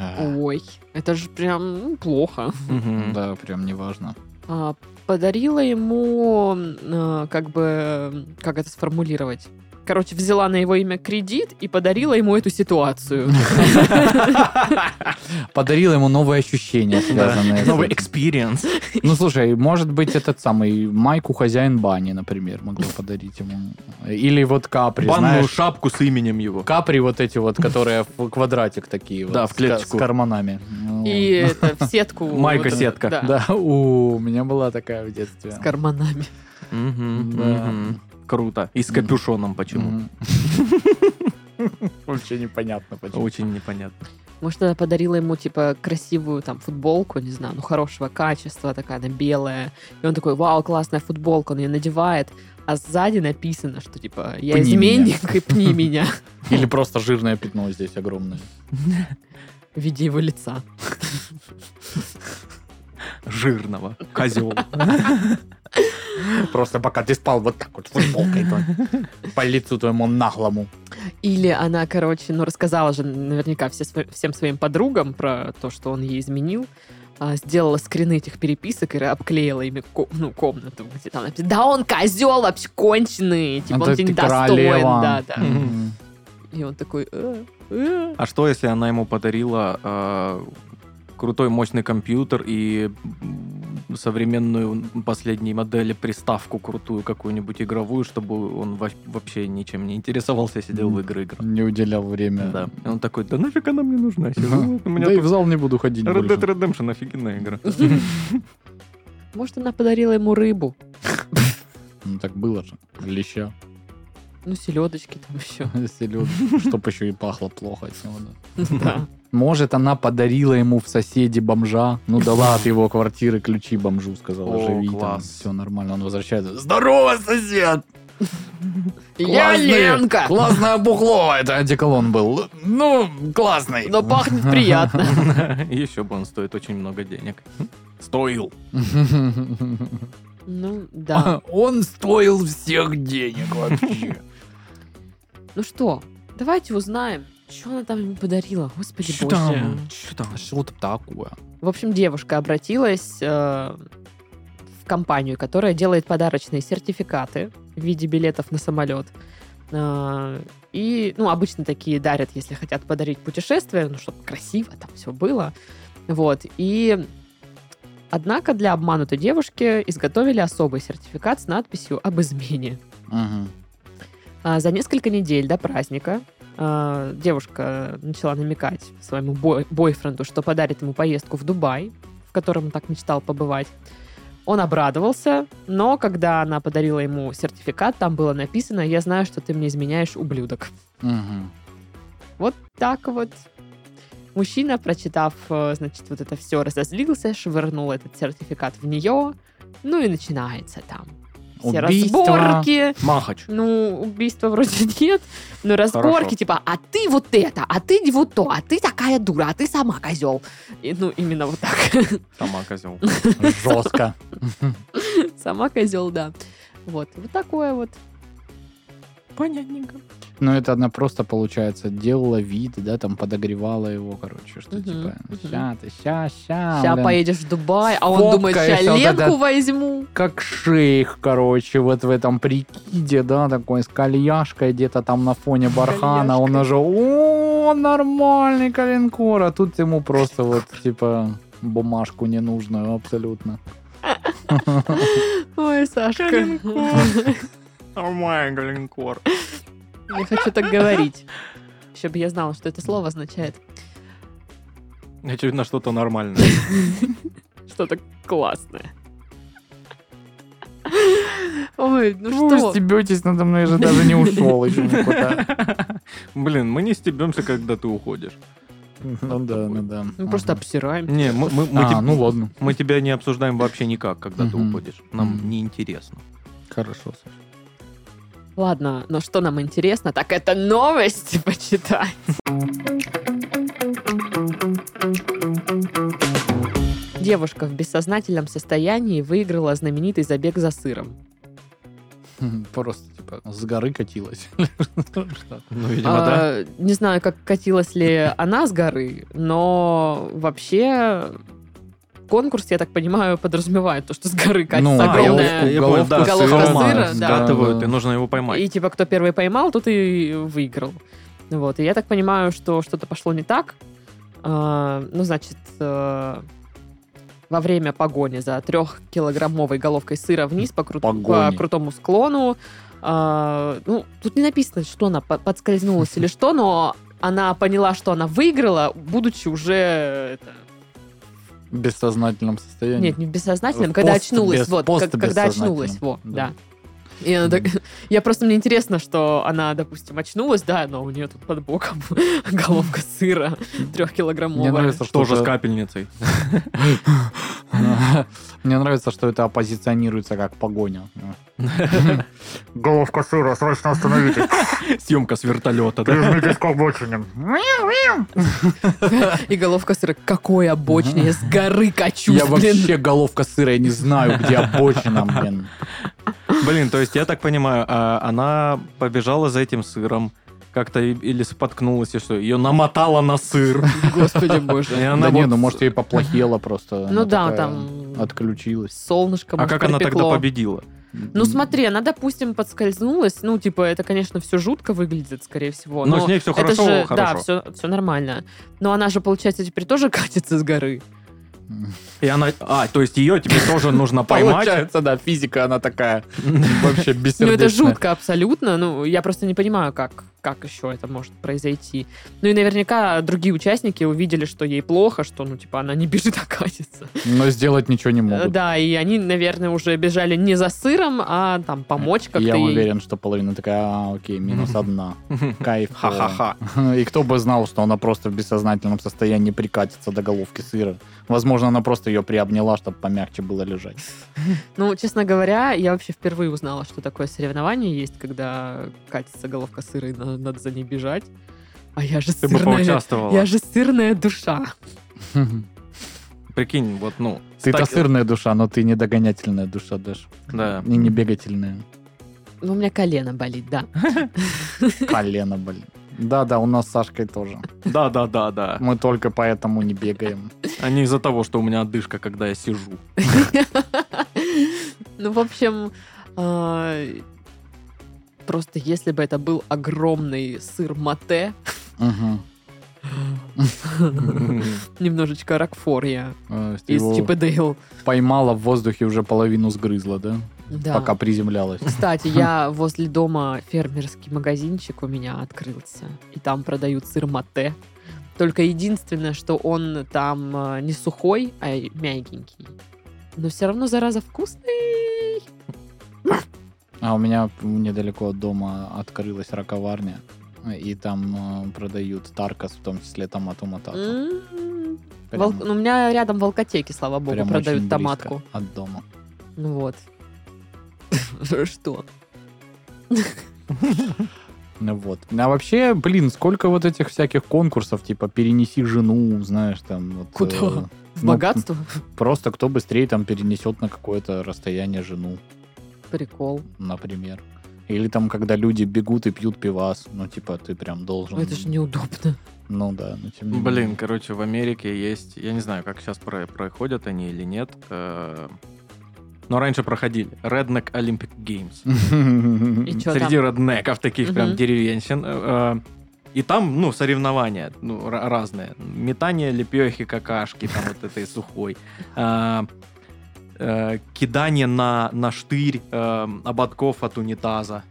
А.
Ой, это же прям ну, плохо.
Мгм.
Да, прям неважно.
А, Подарила ему, м, э, как бы, м, как это сформулировать? Короче, взяла на его имя кредит и подарила ему эту ситуацию.
Подарил ему новые ощущения, связанные с
Новый
этим.
экспириенс.
Ну, слушай, может быть, этот самый Майку хозяин бани, например, могла подарить ему. Или вот Капри,
Банную
знаешь.
шапку с именем его.
Капри вот эти вот, которые в квадратик такие вот.
Да, в
с ка-
клеточку.
С карманами. Ну,
И это в сетку.
Майка
вот,
сетка.
да,
Да, у у меня была такая в детстве.
С карманами.
Мгм,
Да.
мгм. Круто. И с капюшоном почему?
Мгм. Вообще непонятно почему.
Очень непонятно.
Может, она подарила ему, типа, красивую там футболку, не знаю, ну, хорошего качества, такая она белая. И он такой, вау, классная футболка, он ее надевает. А сзади написано, что, типа, я
Пни
изменник, и пни меня
Или просто жирное пятно здесь огромное.
в виде его лица.
Жирного. Козел.
Просто пока ты спал вот так вот футболкой. твоей. По лицу твоему наглому.
Или она, короче, ну, рассказала же наверняка все сво- всем своим подругам про то, что он ей изменил. А, Сделала скрины этих переписок и обклеила ими ко- ну, комнату, где там написано, да он козел вообще конченый, типа
А
он
ты-
тебе не
ты
достоин.
королева.
Да, да.
Мгм.
И он такой... «Э, э».
А что, если она ему подарила э, крутой мощный компьютер и м, современную последней модели приставку крутую какую-нибудь игровую, чтобы он во- вообще ничем не интересовался, а сидел в игры играл.
Не уделял время.
Да. И он такой, да нафиг она мне нужна? Сижу,
Ага.
вот у меня
Да и
тут
в зал не буду ходить
Red
больше.
Dead Redemption офигенная игра.
Может, она подарила ему рыбу?
Ну, так было же. Леща.
Ну, селедочки там еще.
Селёд. Чтоб еще и пахло плохо от него, да.
Да.
Может, она подарила ему в соседи бомжа. Ну, дала от его квартиры ключи бомжу, сказала,
О,
живи там,
класс.
все нормально. Он возвращается. Здорово, сосед! Классные- Классное бухло, это одеколон был. Ну, классный.
Но пахнет приятно.
Еще бы он стоит очень много денег. Стоил.
Ну, да.
Он стоил всех денег вообще.
Ну что, давайте узнаем, что она там ему подарила. Господи
Чё
боже.
там? Чё там? Что такое?
В общем, девушка обратилась э, в компанию, которая делает подарочные сертификаты в виде билетов на самолет. Э, и, ну, обычно такие дарят, если хотят подарить путешествие, ну, чтобы красиво там все было. Вот. И Однако для обманутой девушки изготовили особый сертификат с надписью об измене.
Мгм.
А, За несколько недель до праздника а, девушка начала намекать своему бой- бойфренду, что подарит ему поездку в Дубай, в котором он так мечтал побывать. Он обрадовался, но когда она подарила ему сертификат, там было написано «Я знаю, что ты мне изменяешь, ублюдок».
Мгм.
Вот так вот. Мужчина, прочитав, э, значит, вот это все, разозлился, швырнул этот сертификат в нее, ну и начинается там. Все
Убийство.
разборки,
Махач.
ну, убийства вроде нет, но разборки,
Хорошо.
типа, а ты вот это, а ты вот то, а ты такая дура, а ты сама козел. И, ну, именно вот так.
Сама козел.
Жестко.
сама козел, да. Вот, вот такое вот.
Понятненько.
Ну, это она просто, получается, делала вид, да, там подогревала его, короче, что
Мгм,
типа,
мгм.
ща ты, ща, ща.
Сейчас
А, блин».
поедешь в Дубай, а он думает,
Сфоткаешься,
сейчас
вот это-
Ленку возьму.
Как шейх, короче, вот в этом прикиде, да, такой с кальяшкой где-то там на фоне бархана. Он уже, о, нормальный калинкор, а тут ему просто вот, типа, бумажку ненужную абсолютно.
Ой, Сашка.
Нормально, Галенкор.
Не хочу так говорить. Чтобы я знала, что это слово означает.
Очевидно, что-то нормальное.
Что-то классное. Ой, ну
Вы
что?
стебетесь надо мной, я же даже не ушел еще не хватает.
Блин, мы не стебемся, когда ты уходишь.
Ну да, ну да.
Мы просто
Ага.
обсираем.
Не, мы, мы- мы
А,
теб-
ну ладно.
мы тебя не обсуждаем вообще никак, когда ты
Мгм.
уходишь. Нам
Мгм.
неинтересно.
Хорошо, Саш.
Ладно, но что нам интересно, так это новости почитать. Девушка в бессознательном состоянии выиграла знаменитый забег за сыром.
Мгм, Просто, типа, с горы катилась.
Ну, видимо, да.
А, Не знаю, как катилась ли она с горы, но вообще конкурс, я так понимаю, подразумевает то, что с горы
Ну,
катится
а, я
огромная
вот- головку
да,
головка
сыра
сыра, да.
скатывают, и нужно его поймать.
И типа, кто первый поймал, тот и выиграл. Вот. И я так понимаю, что что-то пошло не так. А, ну, значит, э, во время погони за трехкилограммовой головкой сыра вниз по, кру-
Погони.
по крутому склону. а, ну, тут не написано, что она по- подскользнулась или что, но она поняла, что она выиграла, будучи уже... это,
В бессознательном состоянии.
нет, не в бессознательном,
В
когда
пост-
очнулась,
без-
вот, как- когда
постбессознательном.
очнулась, вот,
Да.
да. И она так- я просто, мне интересно, что она, допустим, очнулась, да, но у нее тут под боком головка сыра
Мне
трехкилограммовая.
нравится, что
Тоже с
это-
капельницей.
Мне нравится, что это оппозиционируется как погоня.
Головка сыра, срочно остановитесь.
Съемка с вертолета, да?
Прижмитесь к обочине.
И головка сыра, какой обочный, я с горы качусь,
Я
блин.
вообще головка сыра, я не знаю, где обочина, блин.
Блин, то есть, я так понимаю, а, она побежала за этим сыром, как-то и- или споткнулась, и что, ее намотала на сыр.
Господи
И
боже.
она
Да не,
вот-
ну может ей поплохело просто.
Ну
она
да,
такая
там
Отключилась.
солнышко,
А
может,
как она тогда
припекло.
победила?
Ну смотри, она, допустим, подскользнулась. Ну, типа, это, конечно, все жутко выглядит, скорее всего.
ну,
Но Ну, с ней всё
это
хорошо,
же- Да,
хорошо.
все, нормально. Но она же, получается, теперь тоже катится с горы.
И она... А, то есть ее тебе тоже нужно поймать.
Получается, да, физика она такая вообще
Ну,
бессердечная.
это жутко абсолютно. Ну, я просто не понимаю, как, как еще это может произойти. Ну, и наверняка другие участники увидели, что ей плохо, что, ну, типа, она не бежит, а катится.
Но сделать ничего не могут.
Да, и они, наверное, уже бежали не за сыром, а там помочь как-то
Я
ей.
уверен, что половина такая, «А, окей, минус одна. Кайф.
Ха-ха-ха.
И кто бы знал, что она просто в бессознательном состоянии прикатится до головки сыра. Возможно, она просто ее приобняла, чтобы помягче было лежать.
Ну, честно говоря, я вообще впервые узнала, что такое соревнование есть, когда катится головка сыра и на- надо за ней бежать. А я же
Ты бы
сырная... Я
поучаствовала.
же сырная душа.
Прикинь, вот, ну...
Ты-то
так-
сырная душа, но ты не догонятельная душа, Дэш.
Да.
И не бегательная.
Ну, у меня колено болит, да.
Колено, блин. Да-да, у нас с Сашкой тоже.
Да, да, да, да.
Мы только поэтому не бегаем.
А не из-за того, что у меня одышка, когда я сижу.
Ну, в общем, э, просто если бы это был огромный сыр мате,
Мгм.
немножечко ракфория
Э,
из типа-
его
Чип и Дейл.
Поймала в воздухе уже половину сгрызла, да?
Да.
Пока приземлялась.
Кстати, я возле дома фермерский магазинчик у меня открылся. И там продают сыр мате. Только единственное, что он там э, не сухой, а мягенький. Но все равно, зараза, вкусный.
А у меня недалеко от дома открылась раковарня. И там э, продают таркас, в том числе томату матату.
М. Волк- ну, у меня рядом в алкотеке, слава богу, продают томатку.
От дома.
Ну вот. Что?
Ну вот. А вообще, блин, сколько вот этих всяких конкурсов, типа перенеси жену, знаешь, там вот.
Куда?
э,
В
Ну,
богатство?
Просто кто быстрее там перенесет на какое-то расстояние жену,
Прикол.
например. Или там, когда люди бегут и пьют пивас. Ну, типа, ты прям должен.
Ну, Это же неудобно.
Ну да, ну тем не
Блин,
менее.
короче, в Америке есть, я не знаю, как сейчас про- проходят они или нет, э, но раньше проходили Redneck Olympic Games.
И чё
Среди
там?
реднеков, таких прям
Мгм.
деревенщин. э, э, И там, ну, соревнования ну, ра- разные. Метание лепехи, какашки, там вот этой сухой. Э, э, Кидание на, на штырь э, ободков от унитаза.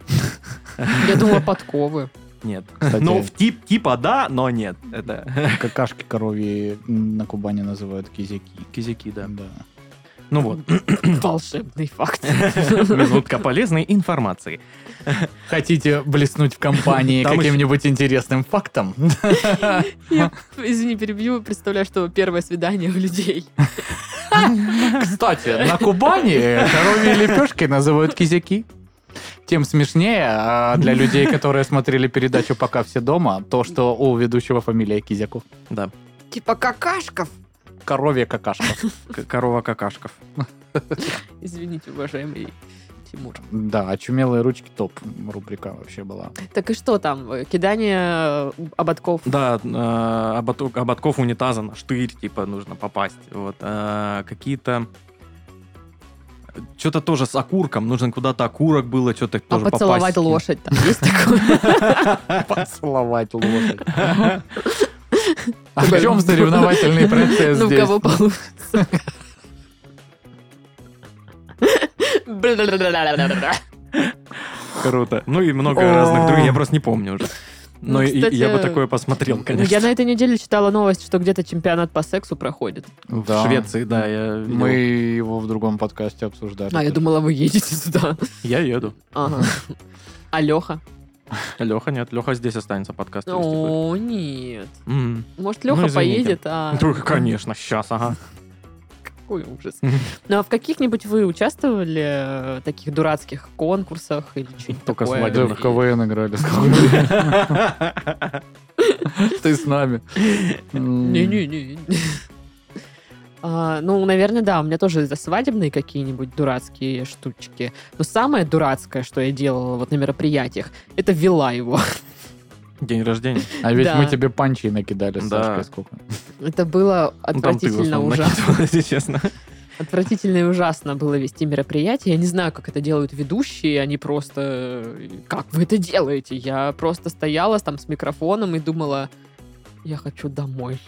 Я думала, подковы.
Нет.
Кстати,
Ну, в тип, типа да, но нет. Это
какашки коровьи на Кубани называют кизяки.
кизяки, да.
Да.
Ну вот.
Волшебный факт.
Минутка полезной информации.
Хотите блеснуть в компании
Там
каким-нибудь интересным фактом?
Я, извини, перебью, представляю, что первое свидание у людей.
Кстати, на Кубани коровьи лепешки называют кизяки. Тем смешнее а, для людей, которые смотрели передачу «Пока все дома», то, что у ведущего фамилия Кизяков.
Да.
Типа какашков.
Коровья какашка.
К- Корова какашков.
Извините, уважаемый Тимур.
Да, «Очумелые ручки» топ рубрика вообще была.
Так и что там? э, Кидание э, ободков.
Да, э, ободок- ободков унитаза на штырь, типа, нужно попасть. Вот. э, Какие-то... Что-то тоже с окурком. Нужен куда-то окурок было, что-то
А
тоже
поцеловать
попасть.
лошадь там есть такое?
Поцеловать лошадь. А
Такой-
в чем соревновательный процесс
Ну, в
здесь?
кого получится. Бля-бля-бля-бля-бля-бля.
Круто. Ну и много
О.
разных других. Я просто не помню уже. Но
Ну,
и- и
кстати,
я бы такое посмотрел, конечно.
Ну, Я на этой неделе читала новость, что где-то чемпионат по сексу проходит.
В
Да.
Швеции, да, я видел.
Мы его в другом подкасте обсуждали.
А, я думала, вы едете туда.
Я еду.
Ага. А Леха?
Леха нет, Леха здесь останется подкаст. вести будет.
О, нет.
М.
Может,
Ну,
Леха
извините.
поедет, а...
Да, Конечно, сейчас, ага.
Какой ужас. Ну, а в каких-нибудь вы участвовали э, таких дурацких конкурсах или что-нибудь
Только
такое?
Э, Да,
свадебных.
в КВН играли. Ты с нами.
Не-не-не. А, ну, наверное, да, у меня тоже это свадебные какие-нибудь дурацкие штучки. Но самое дурацкое, что я делала вот на мероприятиях, это вела его.
День рождения.
А ведь
Да.
мы тебе панчей накидали с
Да.
Сашкой сколько.
Это было
Ну, там ты в
отвратительно
основном
ужасно.
накидывалась, если честно.
Отвратительно и ужасно было вести мероприятие. Я не знаю, как это делают ведущие. Они просто... Как вы это делаете? Я просто стояла там с микрофоном и думала, я хочу домой.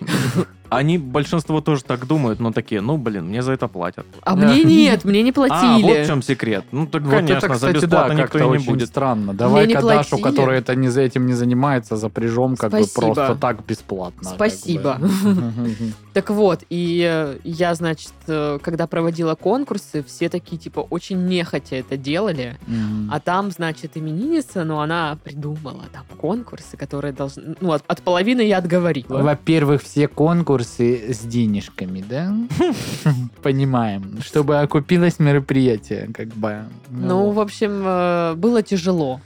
Они большинство тоже так думают, но такие, ну, блин, мне за это платят.
А
Да.
мне нет, мне не
А, вот
платили.
в чем секрет. Ну, так,
Вот
конечно,
это,
за
кстати, да,
бесплатно никто
как-то
и не
очень
будет.
странно. Давай-ка
не
Дашу,
платили.
которая это не, за этим не занимается, запряжем как
Спасибо.
бы просто так бесплатно. как бы.
Спасибо.
Мгм.
Так вот, и э, я, значит, э, когда проводила конкурсы, все такие, типа, очень нехотя это делали.
Мгм.
А там, значит, именинница, но она придумала там конкурсы, которые должны... Ну, от, от половины я отговорила.
Во-первых, все конкурсы с денежками, да? Понимаем. Чтобы окупилось мероприятие, как бы.
Ну,
вот.
в общем, э, было тяжело.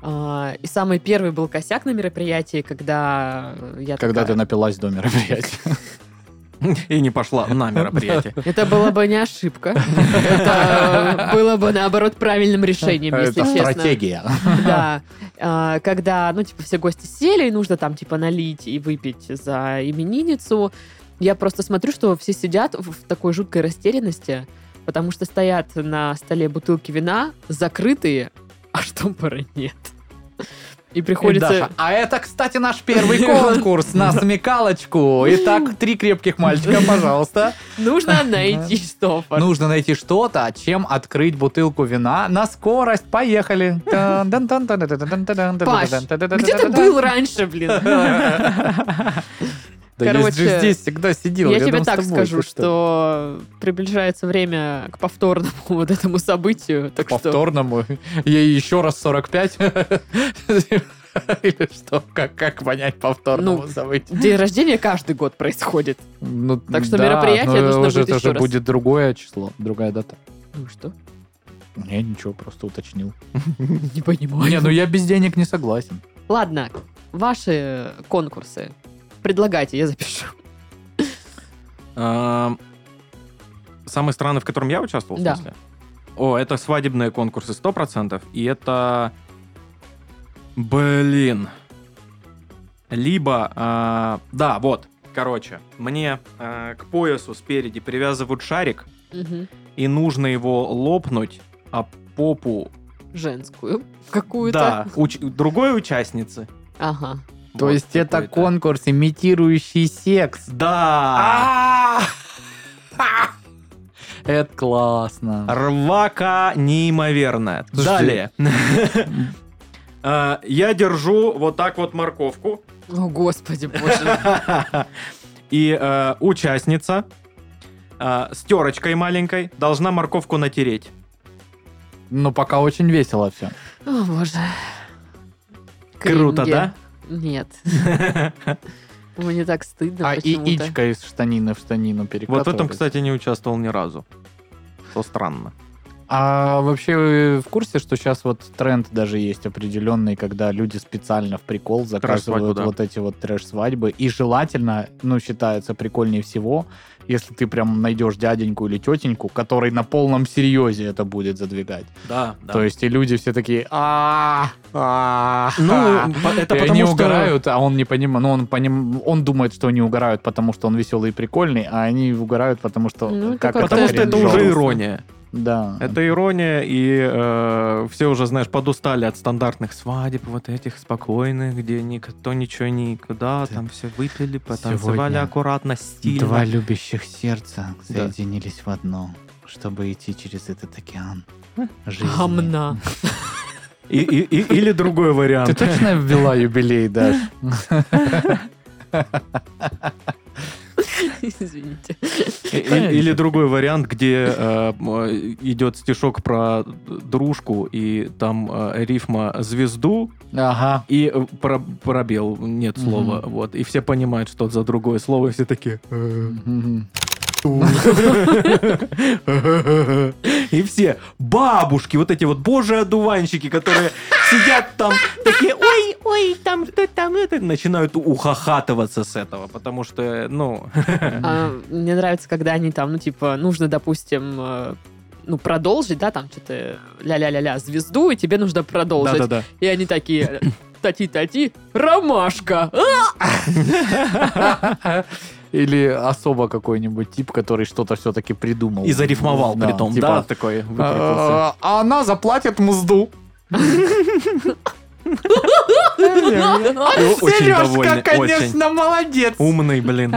А, И самый первый был косяк на мероприятии, когда я
Когда ты
такая-
напилась до мероприятия.
И не пошла на мероприятие.
Это была бы не ошибка. Это э, было бы, наоборот, правильным решением, если
А, Это
честно.
стратегия.
Да. А, Когда, ну, типа, все гости сели, и нужно там, типа, налить и выпить за именинницу. Я просто смотрю, что все сидят в в такой жуткой растерянности, потому что стоят на столе бутылки вина, закрытые, а штампора нет. И
И
приходится...
Даша, а это, кстати, наш первый конкурс на смекалочку. Итак, три крепких мальчика, пожалуйста.
Нужно найти штопор.
Нужно найти что-то, чем открыть бутылку вина на скорость. Поехали.
Паш,
Паш,
Где ты был раньше, блин?
Да я
Короче,
же здесь всегда сидел.
Я
рядом
тебе
с
так
тобой,
скажу,
ты
что приближается время к повторному вот этому событию. Так что
повторному. Ей еще раз 45. Или что? Как, как понять повторному
Ну,
событию?
День рождения каждый год происходит.
Ну,
так что мероприятие
но
нужно
уже
будет
это
еще
же
раз.
будет другое число, другая дата.
Ну и что?
Не, ничего, просто уточнил.
Не понимаю.
Не, ну я без денег не согласен.
Ладно, ваши конкурсы. Предлагайте, я запишу.
Эм, Самые страны, в котором я участвовал, в
Да.
смысле? О, это свадебные конкурсы 100%, и это... Блин. Либо... а, Да, вот, короче, мне э, к поясу спереди привязывают шарик, и нужно его лопнуть, а попу...
Женскую какую-то.
Да, уч- другой участницы.
Ага.
То
Вот
есть это
какой-то.
конкурс, имитирующий секс.
Да!
А! Это классно.
Рвака неимоверная.
Слушайте.
Далее. А, Я держу вот так вот морковку.
О, господи, боже.
И э, участница э, с терочкой маленькой должна морковку натереть.
Ну, пока очень весело все.
О, боже.
Круто,
Кринги.
да?
Нет. Мне так стыдно
А и
почему-то.
ичка из штанины в штанину
Вот
перекатывать.
в этом, кстати, не участвовал ни разу. Что странно.
А вообще вы в курсе, что сейчас вот тренд даже есть определенный, когда люди специально в прикол
Трэш-свадьбу,
заказывают
да.
вот эти вот трэш-свадьбы. И желательно, ну, считается прикольнее всего, если ты прям найдешь дяденьку или тетеньку, который на полном серьезе это будет задвигать.
Да,
То есть и люди все такие а а
Ну,
а».
по- это
И
потому
они
что-
угорают, а он не понимает, ну он поним... он думает, что они угорают, потому что он веселый и прикольный, а они угорают, потому что
Ну, это
как
как-то
Потому что это
кринжово.
уже ирония.
Да.
Это ирония, и э, все уже, знаешь, подустали от стандартных свадеб, вот этих спокойных, где никто ничего никуда,
Так.
там все выпили, потанцевали
Сегодня
аккуратно, стильно.
Два любящих сердца
Да.
соединились в одно, чтобы идти через этот океан. Жизни.
Гамна.
И- и- и- или другой
Ты
вариант.
точно ввела юбилей, Даш?
Извините.
И- и- Или другой вариант, где э, м, э, идет стишок про дружку, и там э, рифма «звезду»,
Хм. Ага.
и э, про- пробел, нет
Мгм.
слова, вот. И все понимают, что это за другое слово, и все такие... «Э,
Мгм.
И все бабушки, вот эти вот божьи одуванчики, которые сидят там такие, ой, ой, там что там, это, начинают ухахатываться с этого, потому что, ну,
А, Мне нравится, когда они там, ну, типа, нужно, допустим, э, ну, продолжить, да, там что-то э, ля-ля-ля-ля, звезду, и тебе нужно продолжить.
да-да-да.
И они такие, тати-тати, ромашка. А!
Или особо какой-нибудь тип, который что-то все-таки придумал.
И зарифмовал при том,
типа,
да, такой выкрутился.
«А, А она заплатит мзду.
Ну, Очень довольный, очень
молодец.
умный, блин.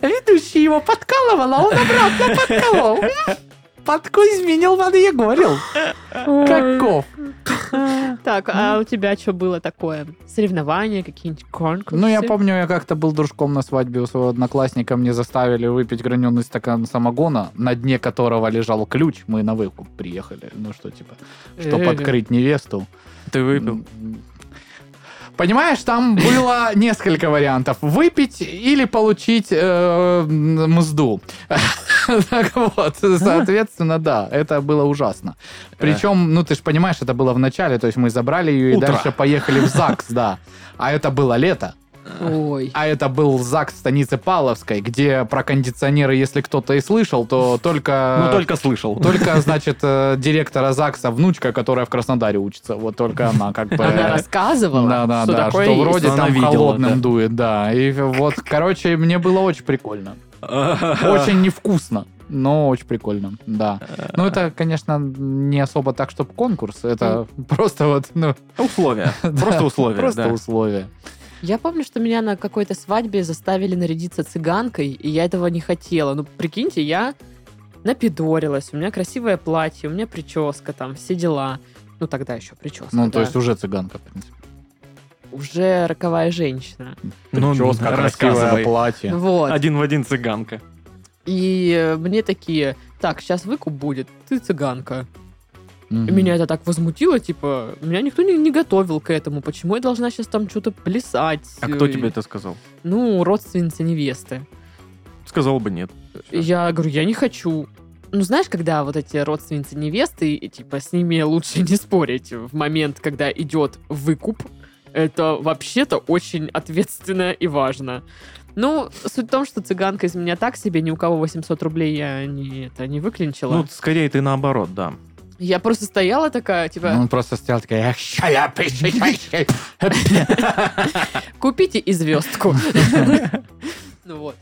Ведущий его подкалывал, а он обратно подколол. Подку изменил, подъегорил. Каков.
Так, а у тебя что было такое? Соревнования, какие-нибудь конкурсы?
Ну, я помню, я как-то был дружком на свадьбе у своего одноклассника. Мне заставили выпить граненый стакан самогона, на дне которого лежал ключ. Мы на выкуп приехали. Ну, что типа, чтобы
Э.
открыть невесту.
Ты выпил?
М. Понимаешь, там было несколько вариантов. Выпить или получить э, м, мзду. Так вот,
А.
соответственно, да, это было ужасно.
Э.
Причем, ну ты же понимаешь, это было в начале, то есть мы забрали ее и
Утро.
дальше поехали в ЗАГС, да. А это было лето.
Ой.
А это был ЗАГС станицы Павловской, где про кондиционеры, если кто-то и слышал, то только...
Ну, только слышал.
Только, значит, э, директора ЗАГСа внучка, которая в Краснодаре учится. Вот только она как бы...
Она рассказывала,
Э, Да, да,
что
да,
такое
что
есть.
вроде
Она
там
видела,
холодным
да.
дует, да. И вот, короче, мне было очень прикольно. Очень невкусно, но очень прикольно, да. Ну, это, конечно, не особо так, чтобы конкурс. Это просто вот, ну,
Условия.
да,
Просто условия,
Просто
да.
условия.
Я помню, что меня на какой-то свадьбе заставили нарядиться цыганкой, и я этого не хотела. Ну, прикиньте, я напидорилась, у меня красивое платье, у меня прическа там, все дела. Ну, тогда еще прическа,
Ну,
да.
то есть уже цыганка, в принципе.
Уже роковая женщина.
Ну,
Прическа, красивое
рассказывай.
платье.
Вот.
Один в один цыганка.
И э, мне такие, так, сейчас выкуп будет, ты цыганка. И
Мгм.
Ну, Меня это так возмутило, типа, меня никто не, не готовил к этому. Почему я должна сейчас там что-то плясать?
А кто
Э,
тебе это сказал?
Ну, родственница невесты.
Сказал бы нет.
И Я говорю, я не хочу. Ну, знаешь, когда вот эти родственницы невесты, и, типа, с ними лучше не спорить в момент, когда идет выкуп, это вообще-то очень ответственно и важно. Ну, суть в том, что цыганка из меня так себе, ни у кого 800 рублей я не, это, не выклинчила.
Ну, скорее ты наоборот, да.
я просто стояла такая, типа,
Ну, Он просто стоял такая, «Эх, ща я пищу, пищу».
купите и звездку. Ну вот.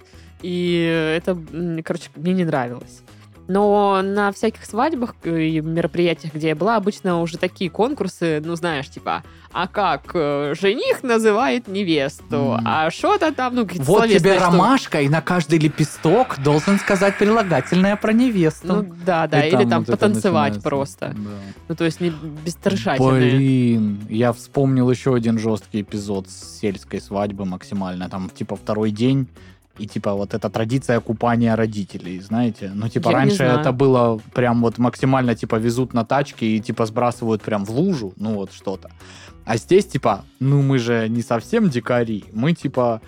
И это, м, короче, мне не нравилось. Но на всяких свадьбах э, и мероприятиях, где я была, обычно уже такие конкурсы, ну, знаешь, типа, а как э, жених называет невесту,
М.
а что-то там, ну, какие-то
Вот тебе
словесные штуки.
ромашка, и на каждый лепесток должен сказать прилагательное про
Ну,
невесту.
да, да,
И
или там
вот это
потанцевать
начинается.
просто.
Да.
Ну, то есть не без трешательные.
Блин, я вспомнил еще один жесткий эпизод с сельской свадьбы максимально. Там, типа, второй день. И, типа, вот эта традиция купания родителей, знаете? Ну, типа,
Я не
раньше
знаю.
это было прям вот максимально, типа, везут на тачке и, типа, сбрасывают прям в лужу, ну, вот что-то. А здесь, типа, ну, мы же не совсем дикари, мы, типа,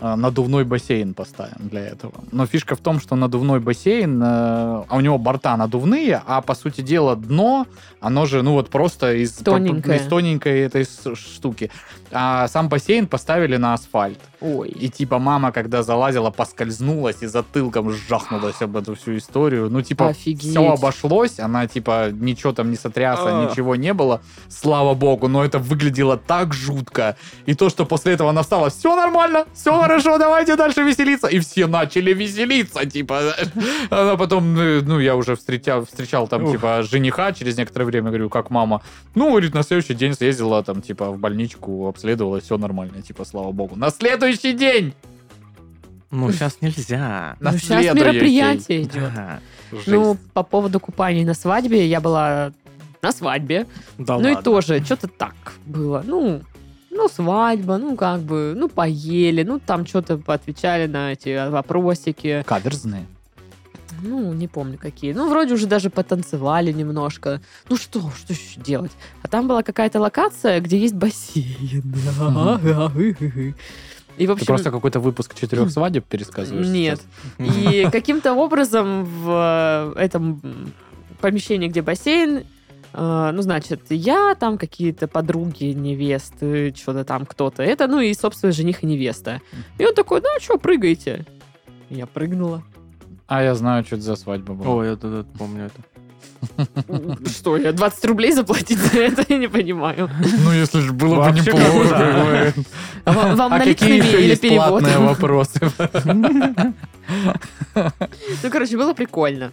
э, надувной бассейн поставим для этого. Но фишка в том, что надувной бассейн, э, а у него борта надувные, а, по сути дела, дно, оно же, ну, вот просто из,
Тоненькое.
из тоненькой этой с- штуки. А сам бассейн поставили на асфальт.
Ой.
И типа мама, когда залазила, поскользнулась и затылком жахнулась об эту всю историю. Ну, типа,
Офигеть.
все обошлось. Она, типа, ничего там не сотряса,
А.
ничего не было. Слава богу, но это выглядело так жутко. И то, что после этого она встала, все нормально, все хорошо, давайте дальше веселиться. И все начали веселиться, типа. Она потом, э, ну, я уже встречал, встречал там,
Ух.
типа, жениха через некоторое время, говорю, как мама. Ну, говорит, на следующий день съездила там, типа, в больничку, обследовала, все нормально, типа, слава богу. На следующий день!
Ну, сейчас нельзя.
На
Ну, сейчас
следующий.
мероприятие идет.
Да,
Жесть.
Ну, по поводу купаний на свадьбе, я была на свадьбе,
Да
ну
ладно.
и тоже, что-то так было. Ну, ну, свадьба, ну, как бы, ну, поели, ну, там что-то отвечали на эти вопросики.
Каверзные.
Ну, не помню какие. Ну, вроде уже даже потанцевали немножко. Ну, что, что еще делать? А там была какая-то локация, где есть бассейн. И, в
Ты
общем,
просто какой-то выпуск четырех свадеб пересказываешь
хм. нет.
сейчас?
И каким-то образом в э, этом м, помещении, где бассейн, э, ну, значит, я, там какие-то подруги невесты, что-то там кто-то. Это, ну, и, собственно, жених и невеста. И он такой, ну, что, прыгайте. Я прыгнула.
А я знаю, что это за свадьба была.
Ой, это, это помню это.
Что, я 20 рублей заплатить за это? Я не понимаю.
Ну, если же было
Вообще как бы да.
как бы.
А Вам вам
А какие
наличными
еще
или
есть платные
переводом?
вопросы?
Ну, короче, было прикольно.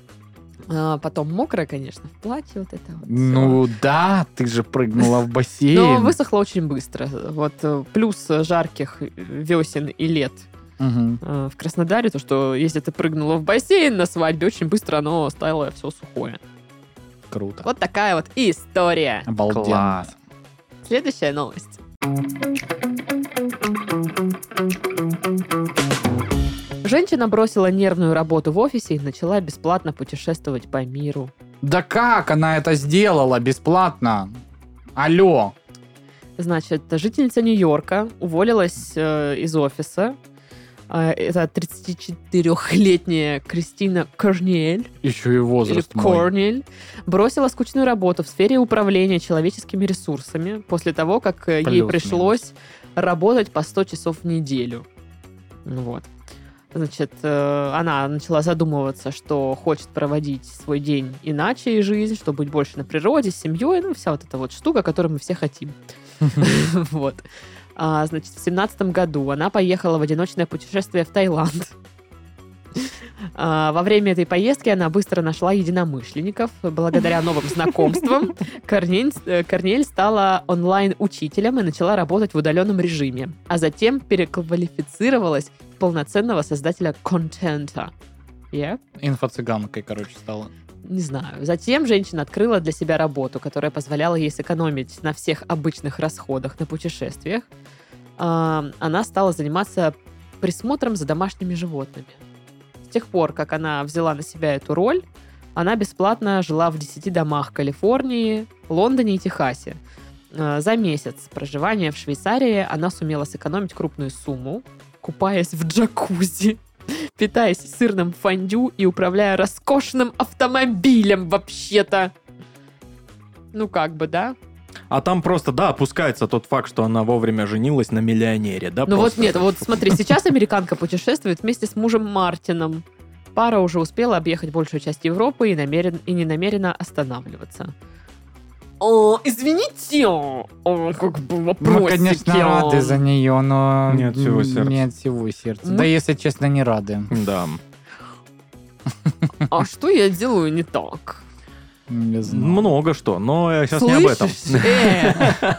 А, Потом мокрое, конечно, в платье вот это вот.
Ну да, ты же прыгнула в
всё. Но
бассейн.
высохло очень быстро. Вот э, плюс э, жарких весен и лет
Мгм.
э, в Краснодаре, то, что если ты прыгнула в бассейн на свадьбе, очень быстро оно стало все сухое.
Круто.
Вот такая вот история.
Обалденно.
Класс.
Следующая новость. Женщина бросила нервную работу в офисе и начала бесплатно путешествовать по миру.
Да как она это сделала бесплатно? Алло.
Значит, жительница Нью-Йорка уволилась э, из офиса. Э, Это 34-летняя Кристина Корниэль,
Еще и
или
возраст мой.
Корниэль, бросила скучную работу в сфере управления человеческими ресурсами после того, как э, ей
Плюс-минус.
пришлось работать по 100 часов в неделю. Ну Вот. Значит, э, она начала задумываться, что хочет проводить свой день иначе и жизнь, что быть больше на природе, с семьей, ну, вся вот эта вот штука, которую мы все хотим. Вот. А, Значит, в семнадцатом году она поехала в одиночное путешествие в Таиланд. А, Во время этой поездки она быстро нашла единомышленников. Благодаря новым знакомствам Корнель, э, Корнель стала онлайн-учителем и начала работать в удаленном режиме, а затем переквалифицировалась в полноценного создателя контента. Я
Инфо-цыганкой, короче, стала.
не знаю. Затем женщина открыла для себя работу, которая позволяла ей сэкономить на всех обычных расходах на путешествиях. А, Она стала заниматься присмотром за домашними животными. С тех пор, как она взяла на себя эту роль, она бесплатно жила в 10 домах Калифорнии, Лондоне и Техасе. Э, За месяц проживания в Швейцарии она сумела сэкономить крупную сумму, купаясь в джакузи, питаясь сырным фондю и управляя роскошным автомобилем вообще-то. Ну как бы, да?
А там просто, да, опускается тот факт, что она вовремя женилась на миллионере, да?
Ну вот
просто.
нет, вот смотри, сейчас американка путешествует вместе с мужем Мартином. Пара уже успела объехать большую часть Европы и, намерен, и не намерена останавливаться. О, извините, о, как бы
Мы,
вопросики.
конечно, рады за нее, но...
Не от всего
м,
сердца.
Не от всего сердца.
Ну.
Да, если честно, не рады.
Да.
А что я делаю не так?
Не знаю.
Много что, но я сейчас не об этом.
Слышишь? Э,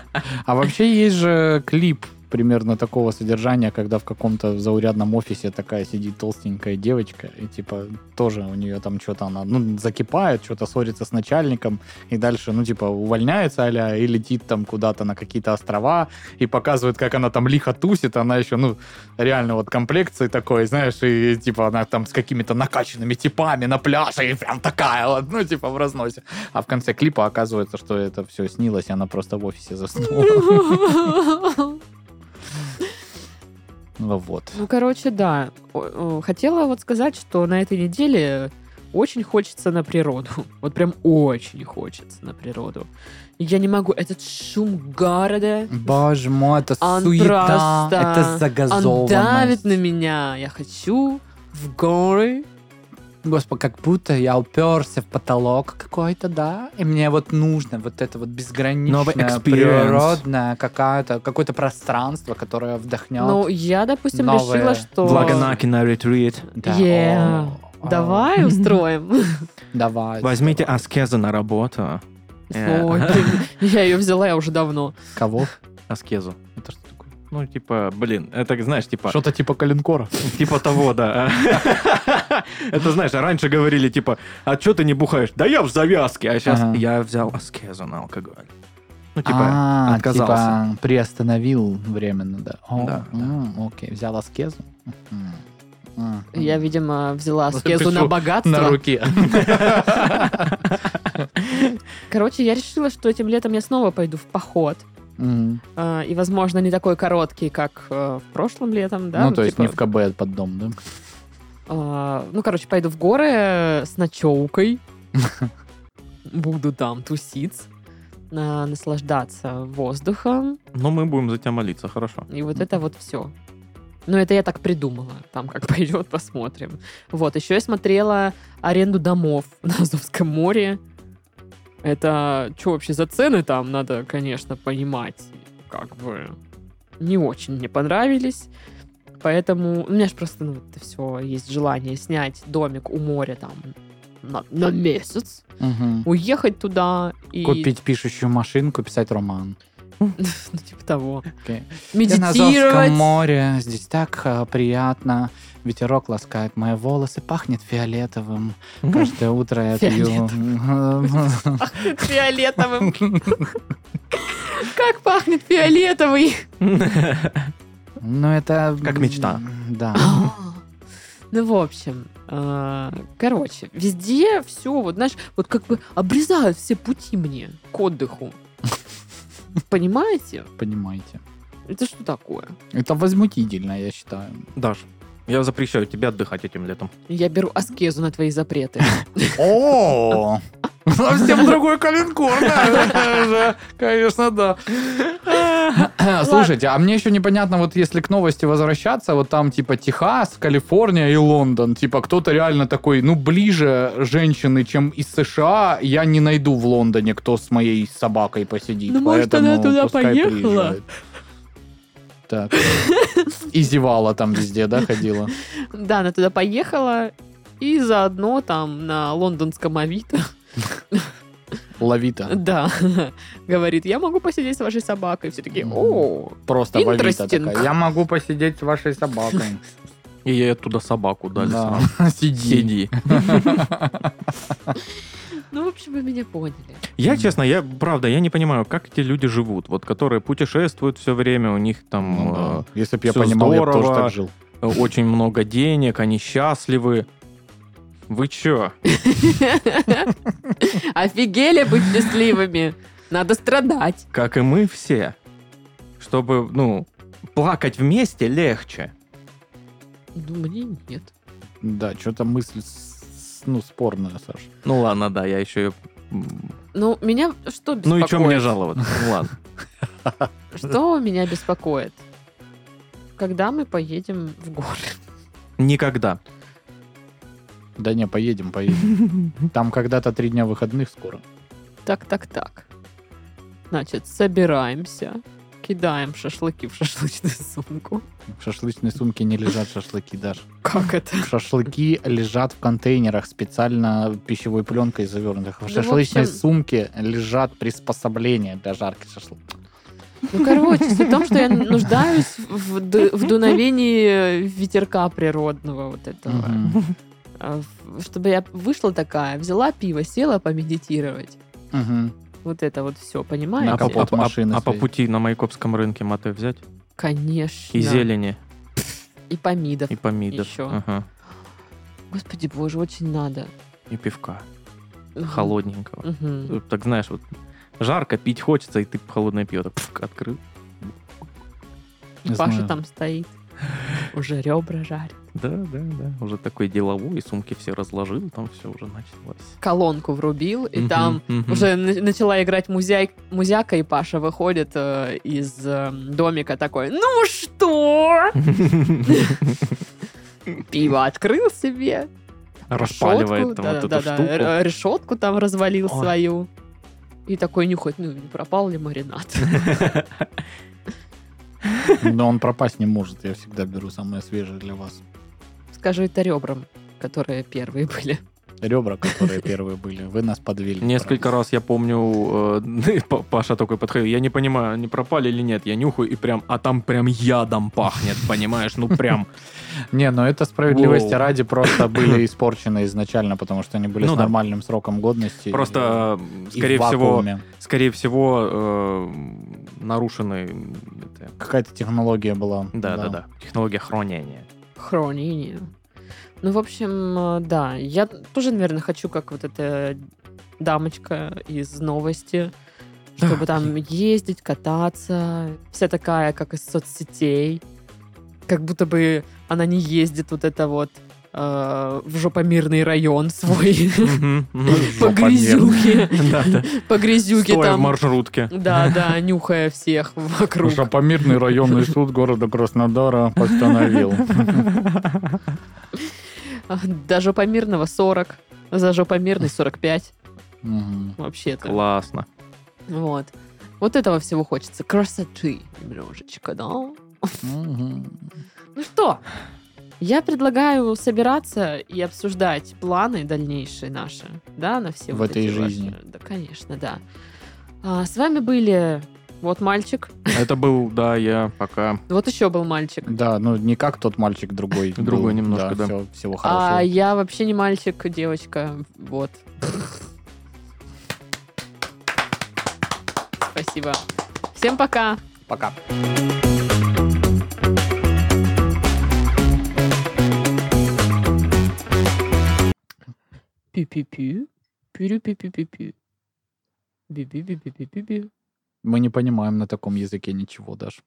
А вообще есть же клип примерно такого содержания, когда в каком-то заурядном офисе такая сидит толстенькая девочка, и типа тоже у нее там что-то она, ну, закипает, что-то ссорится с начальником, и дальше, ну, типа, увольняется а и летит там куда-то на какие-то острова, и показывает, как она там лихо тусит, она еще, ну, реально вот комплекции такой, знаешь, и типа она там с какими-то накачанными типами на пляже, и прям такая вот, ну, типа в разносе. А в конце клипа оказывается, что это все снилось, и она просто в офисе заснула.
э?
Ну вот.
Ну, короче, да. О, о, Хотела вот сказать, что на этой неделе очень хочется на природу. Вот прям очень хочется на природу. Я не могу. Этот шум города,
Боже мой, это
Он
суета,
просто-
это
он давит
загазованность.
на меня. Я хочу в горы.
Господи, как будто я уперся в потолок какой-то, да? И мне вот нужно вот это вот безграничное,
Новый experience.
природное какое-то, какое-то пространство, которое вдохнет.
Ну, я, допустим,
новое.
решила, что...
Благонаки на ретрит.
Да,
yeah.
о, о,
Давай устроим.
Давай.
Возьмите а, аскеза на работу. Э.
Ой, блин, Я ее взяла, я уже давно.
Кого?
Аскезу. Это что такое? Ну, типа, блин, это, знаешь, типа...
Что-то типа коленкора.
Типа того, да. Это, знаешь, раньше говорили, типа, а что ты не бухаешь? Да я в завязке. А сейчас
Ага.
я взял аскезу на алкоголь. Ну, типа,
А,
отказался.
типа приостановил временно, да. О,
Да,
м, Окей, взял аскезу. М, м, м.
Я, видимо, взяла аскезу
Запишу
на богатство.
руке.
Короче, я решила, что этим летом я снова пойду в поход.
М.
Э, И, возможно, не такой короткий, как э, в прошлом летом, да?
Ну, то есть
типа,
не в КБ, а под дом, да?
э, Ну, короче, пойду в горы э, с ночевкой. Буду там тусить, э, наслаждаться воздухом.
ну мы будем за тебя молиться, хорошо.
И вот это вот все. Но это я так придумала. Там как пойдет, посмотрим. Вот, еще я смотрела аренду домов на Азовском море. Это что вообще за цены там, надо, конечно, понимать. Как бы не очень мне понравились. Поэтому у меня же просто ну, это все есть желание снять домик у моря там на, на месяц,
Мгм.
уехать туда и...
Купить пишущую машинку, писать роман.
Ну, типа того.
Окей. Я на Азовском
Медитировать.
море, здесь так э, приятно. Ветерок ласкает мои волосы, пахнет фиолетовым. Каждое утро я пью.
Пахнет фиолетовым. Как пахнет фиолетовый.
Ну, это...
Как мечта.
Да.
Ну, в общем, э, короче, везде все, вот, знаешь, вот как бы обрезают все пути мне к отдыху. Понимаете?
Понимаете.
Это что такое?
Это возмутительно, я считаю.
Даш, я запрещаю тебе отдыхать этим летом.
Я беру аскезу на твои запреты.
О!
Ну,
Совсем другой калинкор, да. Конечно, да.
Слушайте, а мне еще непонятно, вот если к новости возвращаться, вот там типа Техас, Калифорния и Лондон, типа кто-то реально такой, ну ближе женщины, чем из США, я не найду в Лондоне, кто с моей собакой посидит.
Ну, может, она
поэтому
туда
пускай
поехала?
приезжает. Так. И зевала там везде, да, ходила?
Да, она туда поехала, и заодно там на лондонском авито,
Лавита.
да, говорит, я могу посидеть с вашей собакой. Все такие, о,
Просто Лавита
Interesting.
такая. Я могу посидеть с вашей собакой.
И ей оттуда собаку дали
Да.
сразу.
Сиди.
Сиди.
ну, в общем, вы меня поняли.
Я, честно, я, правда, я не понимаю, как эти люди живут, вот, которые путешествуют все время, у них там
Ну
э,
да. Если бы я
всё
понимал, я бы тоже
здорово.
так жил.
очень много денег, они счастливы. Вы чё?
Офигели быть счастливыми. Надо страдать.
Как и мы все. Чтобы, ну, плакать вместе легче.
Ну, мне нет.
Да, что-то мысль с- ну, спорная, Саш.
Ну ладно, да, я еще... Ну
Ну, меня что беспокоит?
и чё мне жаловаться? Ну ладно.
Что меня беспокоит? Когда мы поедем в горы?
Никогда.
Да не, поедем, поедем. Там когда-то три дня выходных скоро.
Так, так, так. Значит, собираемся, кидаем шашлыки в шашлычную сумку.
В шашлычной сумке не лежат шашлыки даже.
Как это?
Шашлыки лежат в контейнерах специально пищевой пленкой завернутых. В
в
шашлычной
общем-
сумке лежат приспособления для жарки шашлыка.
Ну, короче, суть в том, что я нуждаюсь в, д- в дуновении ветерка природного вот этого.
Мгм.
А, в- Чтобы я вышла такая, взяла пиво, села помедитировать.
Мгм.
Вот это вот все,
На
А по-
понимаете?
капот
а- а-
машины
а по
своей.
пути на Майкопском рынке маты взять?
Конечно.
И зелени,
И помидов.
и помидор.
Ещё.
Ага.
Господи боже, очень надо.
И пивка
Мгм.
холодненького.
Мгм.
Э, Так знаешь, вот жарко, пить хочется, и ты холодное пиво так, пф, открыл.
Не
Паша
знаю.
там стоит. Уже ребра жарит.
Да, да, да. Уже такой деловой, и сумки все разложил, там все уже началось.
Колонку врубил, и
Мгм,
там
мгм.
уже на- начала играть музяй- музяка, и Паша выходит э, из э, домика такой, ну что? Пиво открыл себе.
Распаливает
решётку,
там вот эту
да-да-да-да,
штуку.
р- э, решётку там развалил
Ой.
свою. И такой нюхает, ну не пропал ли маринад?
Но он пропасть не может. Я всегда беру самое свежее для вас.
Скажи это ребрам, которые первые были.
Ребра, которые первые были. Вы нас подвели.
Несколько раз я помню, э, Па- Паша такой подходил, я не понимаю, они пропали или нет, я нюхаю, и прям, а там прям ядом пахнет, понимаешь, ну прям.
Не, но это справедливости
Воу.
ради просто были испорчены изначально, потому что они были
Ну
с
да.
нормальным сроком годности.
Просто, э,
И в
скорее всего,
вакууме.
скорее всего, э, нарушены... м, это-
Какая-то технология была.
Да-да-да, технология хранения.
Хранение. Ну, в общем, э, да, я тоже, наверное, хочу, как вот эта дамочка из новости, чтобы там ездить, кататься, вся такая, как из соцсетей, как будто бы она не ездит вот это вот э, в жопомирный район свой,
Мгм,
Ну,
мгм.
по
Жопомирный.
грязюке,
Да-да.
по грязюке
Стоя в
там.
маршрутке.
Да, да, нюхая всех вокруг.
Шапомирный районный суд города Краснодара постановил.
А, До жопомирного 40, за жопомирный 45.
Мгм.
вообще-то.
Классно.
Вот. Вот этого всего хочется. Красоты немножечко, да?
Мгм.
Ну что, я предлагаю собираться и обсуждать планы дальнейшие наши, да, на все
В
вот
этой
эти ваши-
жизни.
Да, конечно, да. А, с вами были вот мальчик,
Это был, да, я пока...
вот еще был мальчик.
Да, ну не как тот мальчик, другой. был.
Другой немножко, да.
всё, всего
А
хорошего.
я вообще не мальчик, а девочка. Вот. Спасибо. Всем пока.
Пока.
Пи-пи-пи. Пирю-пи-пи-пи-пи. Би-би-би-би-би-би.
Мы не понимаем на таком языке ничего даже.